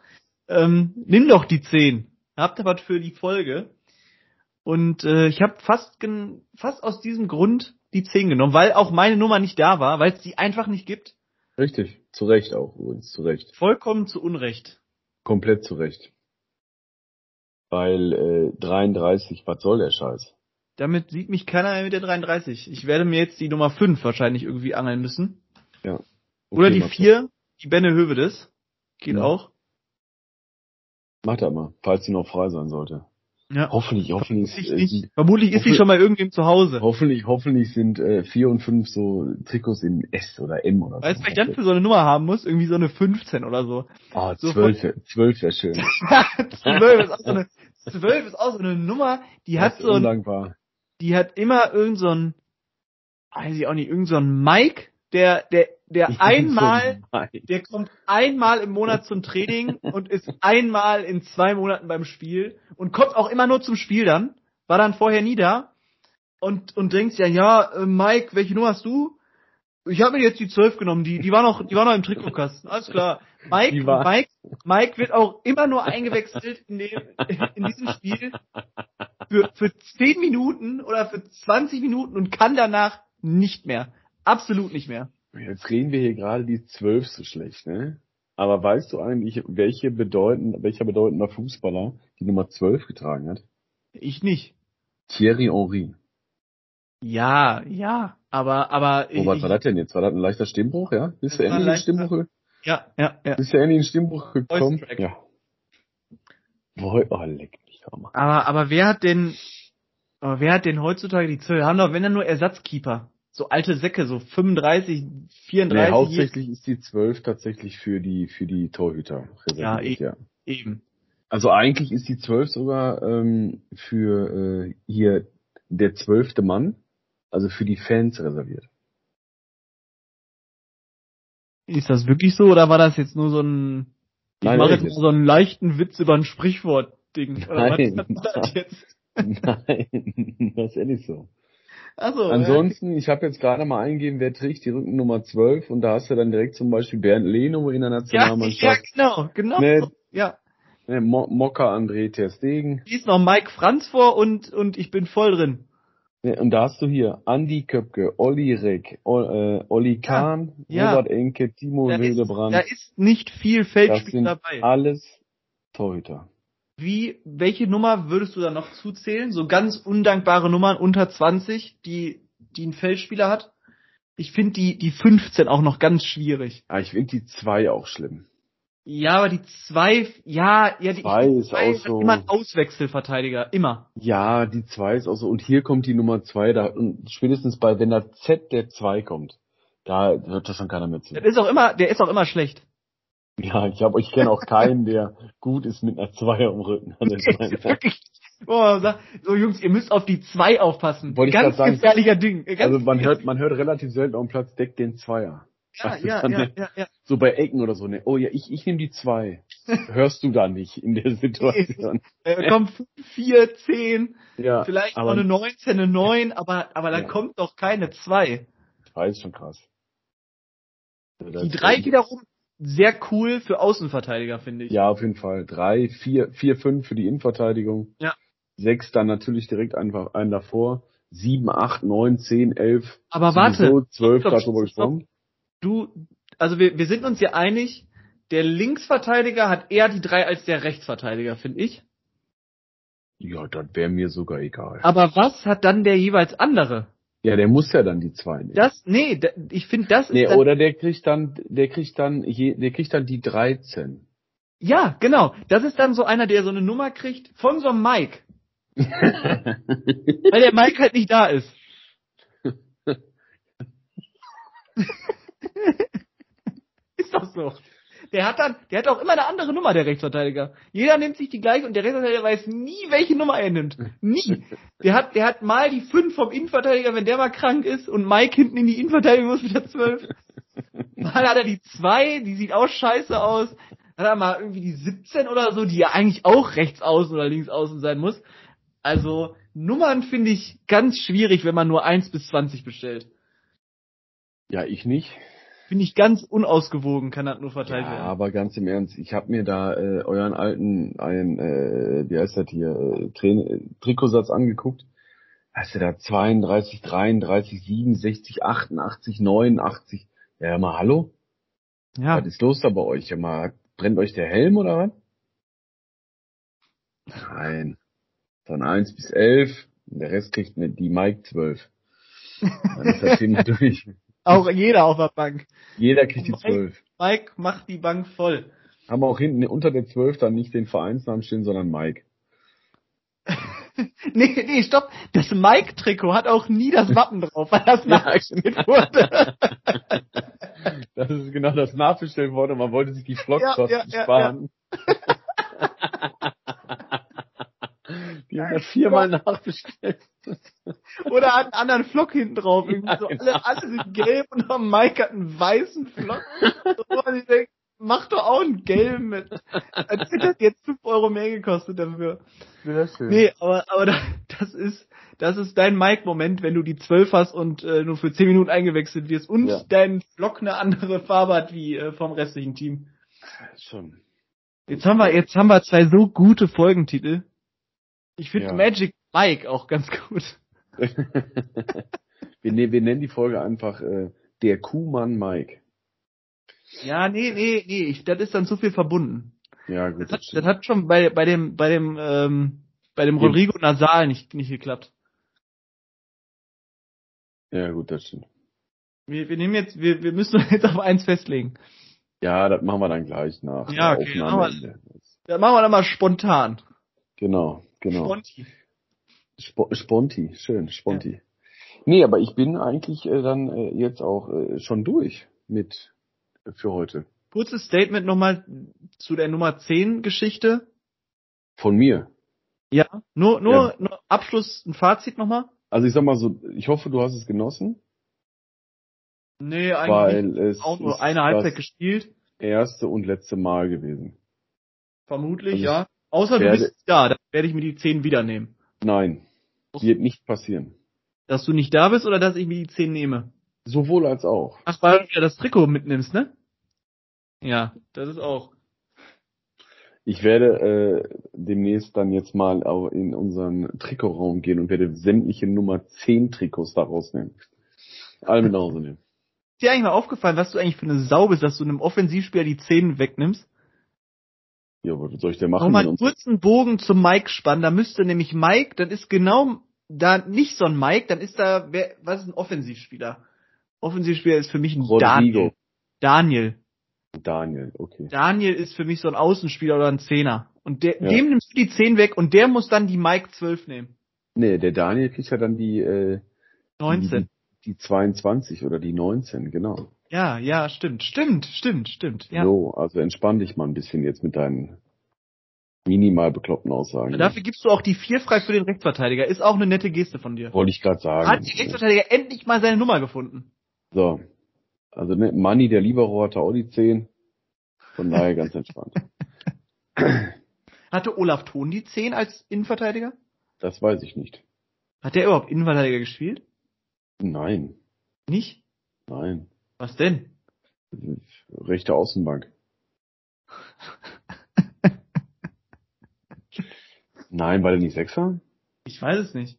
[SPEAKER 2] Ähm, nimm doch die 10. Habt ihr was für die Folge? Und äh, ich habe fast gen fast aus diesem Grund die 10 genommen, weil auch meine Nummer nicht da war, weil es die einfach nicht gibt.
[SPEAKER 1] Richtig, zu Recht auch übrigens, zu Recht.
[SPEAKER 2] Vollkommen zu Unrecht.
[SPEAKER 1] Komplett zu Recht. Weil äh, 33, was soll der Scheiß?
[SPEAKER 2] Damit sieht mich keiner mehr mit der 33. Ich werde mir jetzt die Nummer 5 wahrscheinlich irgendwie angeln müssen. Oder
[SPEAKER 1] Okay,
[SPEAKER 2] die
[SPEAKER 1] mach-
[SPEAKER 2] 4, die Benne Hövedes. Geht
[SPEAKER 1] Ja.
[SPEAKER 2] auch.
[SPEAKER 1] Mach das mal, falls sie noch frei sein sollte.
[SPEAKER 2] Ja.
[SPEAKER 1] Hoffentlich, hoffentlich,
[SPEAKER 2] Ich
[SPEAKER 1] äh, Oh,
[SPEAKER 2] nicht. Vermutlich ist sie
[SPEAKER 1] Hoffe-
[SPEAKER 2] schon bei irgendwem zu Hause.
[SPEAKER 1] hoffentlich, hoffentlich sind äh, vier und fünf so Trikots in S oder M oder
[SPEAKER 2] Weißt du, was
[SPEAKER 1] so.
[SPEAKER 2] ich dann für so eine Nummer haben muss? Irgendwie so eine 15 oder so.
[SPEAKER 1] Ah,
[SPEAKER 2] so
[SPEAKER 1] zwölf, zwölf wäre schön.
[SPEAKER 2] 12 ist auch so eine, 12 ist auch so eine Nummer, die hat
[SPEAKER 1] Das ist
[SPEAKER 2] so ein,
[SPEAKER 1] undankbar.
[SPEAKER 2] die hat immer irgend so ein, weiß ich auch nicht, irgend so ein Mike, der, der, der einmal,
[SPEAKER 1] So ein-
[SPEAKER 2] der kommt einmal im Monat zum Training und ist einmal in zwei Monaten beim Spiel und kommt auch immer nur zum Spiel dann, war dann vorher nie da und, und denkt ja, ja, äh, Mike, welche Nummer hast du? Ich habe mir jetzt die 12 genommen, die, die war noch, die war noch im Trikotkasten, alles klar. Mike,
[SPEAKER 1] Die war-
[SPEAKER 2] Mike, Mike wird auch immer nur eingewechselt in, dem, in diesem Spiel für, für 10 Minuten oder für 20 Minuten und kann danach nicht mehr. Absolut nicht mehr.
[SPEAKER 1] Jetzt reden wir hier gerade die zwölf so schlecht, ne? Aber weißt du eigentlich, welche bedeuten, welcher bedeutender Fußballer die Nummer zwölf getragen hat?
[SPEAKER 2] Ich nicht.
[SPEAKER 1] Thierry Henry. Oh,
[SPEAKER 2] Ja, ja, aber aber
[SPEAKER 1] Oh, was war das denn jetzt? War das ein leichter Stimmbruch, ja? Bist du
[SPEAKER 2] Das
[SPEAKER 1] endlich
[SPEAKER 2] war ein
[SPEAKER 1] in den Stimmbruch?
[SPEAKER 2] ja, ja, ja.
[SPEAKER 1] Bist du endlich in den Stimmbruch gekommen?
[SPEAKER 2] Voice-Track.
[SPEAKER 1] Ja. Boah, oh, leck mich am Arsch.
[SPEAKER 2] Aber aber wer hat denn aber wer hat denn heutzutage die Zölle? Haben doch wenn dann nur Ersatzkeeper, so alte Säcke, so 35, 34
[SPEAKER 1] Nee, hauptsächlich ist die 12 tatsächlich für die für die Torhüter
[SPEAKER 2] Ja, eh.
[SPEAKER 1] reserviert. Ja,
[SPEAKER 2] eben.
[SPEAKER 1] Also eigentlich ist die 12 sogar ähm, für äh, hier der zwölfte Mann, also für die Fans reserviert.
[SPEAKER 2] Ist das wirklich so oder war das jetzt nur so ein ich
[SPEAKER 1] Nein,
[SPEAKER 2] mache
[SPEAKER 1] nein,
[SPEAKER 2] jetzt mal so einen leichten Witz über ein Sprichwort Ding oder was
[SPEAKER 1] Nein.
[SPEAKER 2] ist das jetzt?
[SPEAKER 1] Nein, das ist nicht so.
[SPEAKER 2] Also
[SPEAKER 1] Ansonsten, ich habe jetzt gerade mal eingegeben, wer trägt die Rückennummer 12 und da hast du dann direkt zum Beispiel Bernd Leno in der
[SPEAKER 2] ja, ja,
[SPEAKER 1] Nationalmannschaft,
[SPEAKER 2] genau, genau.
[SPEAKER 1] Nee.
[SPEAKER 2] so. Ja,
[SPEAKER 1] ne, Mo Mocker André Ter Stegen
[SPEAKER 2] lies noch Mike Franz vor und und ich bin voll drin.
[SPEAKER 1] ne, und da hast du hier Andi Köpke, Olli Reck, Ol äh, Olli Kahn,
[SPEAKER 2] ja.
[SPEAKER 1] Robert Enke, Timo
[SPEAKER 2] Da ist,
[SPEAKER 1] Hildebrand.
[SPEAKER 2] da ist nicht viel
[SPEAKER 1] Oh, Das
[SPEAKER 2] Feldspiel
[SPEAKER 1] sind
[SPEAKER 2] dabei.
[SPEAKER 1] alles Torhüter.
[SPEAKER 2] Wie, welche Nummer würdest du da noch zuzählen? So ganz undankbare Nummern unter 20, die die ein Feldspieler hat. Ich finde die, die 15 auch noch ganz schwierig.
[SPEAKER 1] Ah, ich finde die zwei auch schlimm.
[SPEAKER 2] Ja, aber die zwei, ja, ja, die
[SPEAKER 1] Zwei ist
[SPEAKER 2] zwei halt
[SPEAKER 1] auch so-
[SPEAKER 2] immer ein Auswechselverteidiger, immer.
[SPEAKER 1] Ja, die zwei ist auch so. Und hier kommt die Nummer zwei. Da, und spätestens bei, wenn da Z der zwei kommt, da hört das schon keiner mehr zu.
[SPEAKER 2] Das ist auch immer, der ist auch immer schlecht.
[SPEAKER 1] Ja, ich habe, ich kenne auch keinen, der gut ist mit einer zwei am Rücken. an der Seite.
[SPEAKER 2] Wirklich. Boah, sag- so Jungs, ihr müsst auf die zwei aufpassen.
[SPEAKER 1] Wollte ich grad
[SPEAKER 2] ganz
[SPEAKER 1] sagen.
[SPEAKER 2] gefährlicher Ding. Ganz
[SPEAKER 1] Also man hört, man hört relativ selten auf dem Platz, deckt den Zweier.
[SPEAKER 2] ja, ja, ja, ja, ja.
[SPEAKER 1] So bei Ecken oder so. Ne? Oh ja, ich, ich nehme die zwei. Hörst du da nicht in der Situation.
[SPEAKER 2] Äh, kommt 5, 4, 10,
[SPEAKER 1] Ja,
[SPEAKER 2] vielleicht noch
[SPEAKER 1] Ah, aber
[SPEAKER 2] eine 19, eine 9, aber, aber da
[SPEAKER 1] Ja.
[SPEAKER 2] kommt doch keine 2.
[SPEAKER 1] drei ist schon krass. Also
[SPEAKER 2] Die 3 wiederum sehr cool für Außenverteidiger, finde ich.
[SPEAKER 1] Ja, auf jeden Fall. Drei, vier, vier, fünf für die Innenverteidigung.
[SPEAKER 2] Ja.
[SPEAKER 1] Sechs dann natürlich direkt einfach einen davor. Sieben, acht, neun, zehn, elf.
[SPEAKER 2] aber warte,
[SPEAKER 1] sowieso, Zwölf,
[SPEAKER 2] Stopp,
[SPEAKER 1] da
[SPEAKER 2] stopp,
[SPEAKER 1] drüber gesprochen.
[SPEAKER 2] du, also wir, wir sind uns ja einig, der Linksverteidiger hat eher die 3 als der Rechtsverteidiger, finde ich.
[SPEAKER 1] Ja, das wäre mir sogar egal.
[SPEAKER 2] Aber was hat dann der jeweils andere?
[SPEAKER 1] ja, der muss ja dann die zwei nehmen.
[SPEAKER 2] Das, nee, da, ich finde das
[SPEAKER 1] nee,
[SPEAKER 2] ist dann,
[SPEAKER 1] oder der kriegt dann, der kriegt dann, je, der kriegt dann die 13.
[SPEAKER 2] ja, genau, das ist dann so einer, der so eine Nummer kriegt von so einem Mike, weil der Mike halt nicht da ist. ist doch so. Der hat dann, der hat auch immer eine andere Nummer, der Rechtsverteidiger. Jeder nimmt sich die gleiche und der Rechtsverteidiger weiß nie, welche Nummer er nimmt. Nie. Der hat, der hat mal die 5 vom Innenverteidiger, wenn der mal krank ist und Mike hinten in die Innenverteidigung muss mit der 12. Mal hat er die 2, die sieht auch scheiße aus. Hat er mal irgendwie die 17 oder so, die ja eigentlich auch rechts außen oder links außen sein muss. Also Nummern finde ich ganz schwierig, wenn man nur 1 bis 20 bestellt.
[SPEAKER 1] ja, ich nicht.
[SPEAKER 2] Finde ich ganz unausgewogen, kann das nur verteilt
[SPEAKER 1] Ja,
[SPEAKER 2] werden.
[SPEAKER 1] aber ganz im Ernst, ich habe mir da äh, euren alten, ein, äh, wie heißt das hier, äh, Train äh, Trikotsatz angeguckt. Hast du da 32, 33, 67, 88, 89? Ja, mal hallo?
[SPEAKER 2] Ja,
[SPEAKER 1] Was ist los da bei euch? Ja, mal, brennt euch der Helm oder was? Nein. Von 1 bis 11, der Rest kriegt ne- die Mike 12. Dann ist das Thema durch.
[SPEAKER 2] auch jeder auf der Bank.
[SPEAKER 1] Jeder kriegt die 12.
[SPEAKER 2] Mike macht die Bank voll.
[SPEAKER 1] Haben wir auch hinten unter der 12 dann nicht den Vereinsnamen stehen, sondern Mike.
[SPEAKER 2] Nee, nee, stopp. Das Mike-Trikot hat auch nie das Wappen drauf, weil das
[SPEAKER 1] genau.
[SPEAKER 2] nachgeschnitten wurde.
[SPEAKER 1] Das ist genau das nachbestellt worden. Man wollte sich die Vlogkosten
[SPEAKER 2] Ja, ja, ja,
[SPEAKER 1] sparen. die haben das viermal nachbestellt.
[SPEAKER 2] Oder hat einen anderen Flock hinten drauf. Irgendwie so.
[SPEAKER 1] Ja,
[SPEAKER 2] alle, alle sind gelb und der Mike hat einen weißen Flock. Und man sich denkt, mach doch auch einen gelben mit. Als hätte das jetzt 5 Euro mehr gekostet dafür.
[SPEAKER 1] Sehr schön.
[SPEAKER 2] Nee, aber, aber da- das ist, das ist dein Mike-Moment, wenn du die 12 hast und äh, nur für 10 Minuten eingewechselt wirst und
[SPEAKER 1] Ja.
[SPEAKER 2] dein Flock eine andere Farbe hat wie äh, vom restlichen Team.
[SPEAKER 1] Schon.
[SPEAKER 2] Jetzt haben wir, jetzt haben wir zwei so gute Folgentitel. Ich finde
[SPEAKER 1] Ja.
[SPEAKER 2] Magic Mike auch ganz gut.
[SPEAKER 1] wir, ne, wir nennen die Folge einfach äh, der Kuhmann Mike.
[SPEAKER 2] Ja, nee, nee, nee, ich, das ist dann zu viel verbunden.
[SPEAKER 1] Ja, gut.
[SPEAKER 2] Das hat, das hat schon bei, bei dem, bei dem, ähm, bei dem
[SPEAKER 1] Ja.
[SPEAKER 2] Rodrigo Nasal nicht, nicht geklappt.
[SPEAKER 1] ja, gut, das stimmt.
[SPEAKER 2] Wir, wir nehmen jetzt, wir, wir müssen uns jetzt auf eins festlegen.
[SPEAKER 1] Ja, das machen wir dann gleich nach
[SPEAKER 2] Ja,
[SPEAKER 1] der
[SPEAKER 2] okay,
[SPEAKER 1] Aufnahme.
[SPEAKER 2] Dann machen wir dann mal spontan.
[SPEAKER 1] Genau, genau.
[SPEAKER 2] Sponti.
[SPEAKER 1] Spo Sponti, schön, Sponti. Nee, aber ich bin eigentlich äh, dann äh, jetzt auch äh, schon durch mit äh, für heute.
[SPEAKER 2] Kurzes Statement nochmal zu der Nummer 10 Geschichte.
[SPEAKER 1] Von mir.
[SPEAKER 2] Ja. Nur, nur, nur Abschluss, ein Fazit nochmal?
[SPEAKER 1] Also ich sag mal so, ich hoffe, du hast es genossen,
[SPEAKER 2] Nee, eigentlich
[SPEAKER 1] weil es
[SPEAKER 2] nicht. auch
[SPEAKER 1] ist
[SPEAKER 2] nur eine Halbzeit
[SPEAKER 1] das
[SPEAKER 2] gespielt.
[SPEAKER 1] erste und letzte Mal gewesen.
[SPEAKER 2] Vermutlich,
[SPEAKER 1] Also
[SPEAKER 2] ja. Außer du
[SPEAKER 1] werde-
[SPEAKER 2] bist nicht da, dann werde ich mir die 10 wieder nehmen.
[SPEAKER 1] Nein, wird nicht passieren.
[SPEAKER 2] Dass du nicht da bist oder dass ich mir die 10 nehme.
[SPEAKER 1] Sowohl als auch.
[SPEAKER 2] Ach, weil du wieder das Trikot mitnimmst, ne? Ja, das ist auch.
[SPEAKER 1] Ich werde äh, demnächst dann jetzt mal auch in unseren Trikotraum gehen und werde sämtliche Nummer 10 Trikots daraus nehmen. Alle mit nach Hause nehmen.
[SPEAKER 2] Ist dir eigentlich mal aufgefallen, was du eigentlich für eine Sau bist, dass du einem Offensivspieler die 10 wegnimmst?
[SPEAKER 1] Ja, was soll ich denn machen?
[SPEAKER 2] Nochmal
[SPEAKER 1] wenn
[SPEAKER 2] einen
[SPEAKER 1] uns-
[SPEAKER 2] kurzen Bogen zum Mike spannen. Da müsste nämlich Mike, dann ist genau da nicht so ein Mike, dann ist da, wer, was ist ein Offensivspieler? Offensivspieler ist für mich ein
[SPEAKER 1] Rodrigo.
[SPEAKER 2] Daniel.
[SPEAKER 1] Daniel, okay.
[SPEAKER 2] Daniel. Daniel ist für mich so ein Außenspieler oder ein Zehner. Und der,
[SPEAKER 1] Ja.
[SPEAKER 2] dem nimmst du die 10 weg und der muss dann die Mike 12 nehmen.
[SPEAKER 1] Nee, der Daniel kriegt ja dann die, äh,
[SPEAKER 2] 19.
[SPEAKER 1] Die, die 22 oder die 19, genau.
[SPEAKER 2] Ja, ja, stimmt, stimmt, stimmt, stimmt. Ja.
[SPEAKER 1] So, also entspann dich mal ein bisschen jetzt mit deinen minimal bekloppten Aussagen.
[SPEAKER 2] Dafür gibst du auch die 4 frei für den Rechtsverteidiger. Ist auch eine nette Geste von dir.
[SPEAKER 1] Wollte ich gerade sagen.
[SPEAKER 2] Hat der Rechtsverteidiger endlich mal seine Nummer gefunden.
[SPEAKER 1] So. Also ne, Manni, der Libero hatte auch die 10. Von daher ganz entspannt.
[SPEAKER 2] Hatte Olaf Thon die 10 als Innenverteidiger?
[SPEAKER 1] Das weiß ich nicht.
[SPEAKER 2] Hat der überhaupt Innenverteidiger gespielt?
[SPEAKER 1] Nein,
[SPEAKER 2] Nicht?
[SPEAKER 1] nein.
[SPEAKER 2] Was denn?
[SPEAKER 1] Rechte Außenbank. nein, war der nicht Sechser?
[SPEAKER 2] Ich weiß es nicht.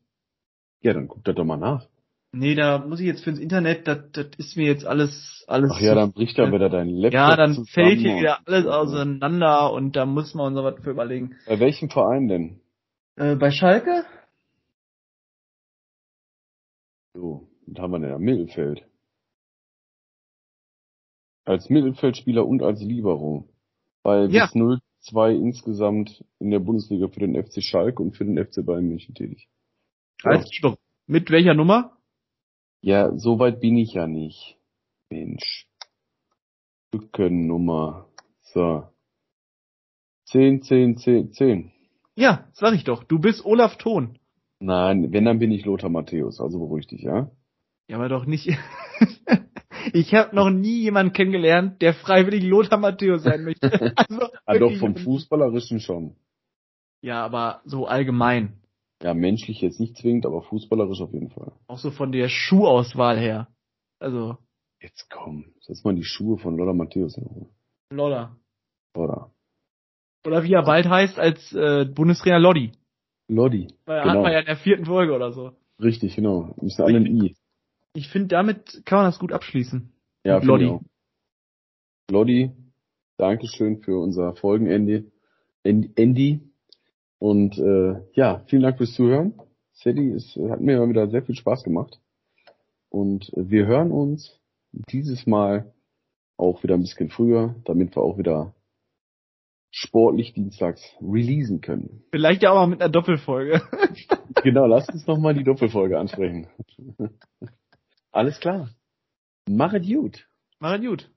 [SPEAKER 1] Ja, dann guck da doch mal nach.
[SPEAKER 2] Nee, da muss ich jetzt fürs Internet, das, das ist mir jetzt alles, alles.
[SPEAKER 1] Ach ja, dann bricht da wieder dein Laptop
[SPEAKER 2] ja, dann
[SPEAKER 1] zusammen
[SPEAKER 2] fällt hier
[SPEAKER 1] und-
[SPEAKER 2] wieder alles auseinander und da muss man uns aber was für überlegen.
[SPEAKER 1] Bei welchem Verein denn?
[SPEAKER 2] Äh, bei Schalke?
[SPEAKER 1] So, was haben wir denn am Mittelfeld? Als Mittelfeldspieler und als Libero. Bei
[SPEAKER 2] Ja.
[SPEAKER 1] bis 0-2 insgesamt in der Bundesliga für den FC Schalke und für den FC Bayern München tätig.
[SPEAKER 2] Als Libero. Mit welcher Nummer?
[SPEAKER 1] Ja, so weit bin ich ja nicht. Mensch. Rückennummer. So. 10, 10, 10, 10.
[SPEAKER 2] Ja, sag ich doch. Du bist Olaf Thon.
[SPEAKER 1] Nein, wenn, dann bin ich Lothar Matthäus. Also beruhig dich, ja?
[SPEAKER 2] Ja, aber doch nicht. ich habe noch nie jemanden kennengelernt, der freiwillig Lothar Matthäus sein möchte. Also,
[SPEAKER 1] Ah, doch,
[SPEAKER 2] wirklich-
[SPEAKER 1] vom Fußballerischen schon.
[SPEAKER 2] Ja, aber so allgemein.
[SPEAKER 1] Ja, menschlich jetzt nicht zwingend, aber fußballerisch auf jeden Fall.
[SPEAKER 2] Auch so von der Schuhauswahl her. Also,
[SPEAKER 1] Jetzt komm, setz mal die Schuhe von Lothar Matthäus in Ruhe.
[SPEAKER 2] Lodder.
[SPEAKER 1] Oder?
[SPEAKER 2] Oder wie er bald heißt als äh, Bundestrainer Lodi.
[SPEAKER 1] Lodi.
[SPEAKER 2] Weil
[SPEAKER 1] Genau.
[SPEAKER 2] Hat man ja in der vierten Folge oder so.
[SPEAKER 1] Richtig, genau. Müssen alle ein I.
[SPEAKER 2] Ich finde, damit kann man das gut abschließen.
[SPEAKER 1] Ja, finde
[SPEAKER 2] Lodi.
[SPEAKER 1] ich auch. Lodi, Dankeschön für unser Folgenende. En- Andy. Und äh, ja, vielen Dank fürs Zuhören. Sadie, es hat mir mal wieder sehr viel Spaß gemacht. Und äh, wir hören uns dieses Mal auch wieder ein bisschen früher, damit wir auch wieder sportlich dienstags releasen können.
[SPEAKER 2] Vielleicht ja auch mal mit einer Doppelfolge.
[SPEAKER 1] Genau, lasst uns nochmal die Doppelfolge ansprechen. Alles klar. Machet gut.
[SPEAKER 2] Machen gut.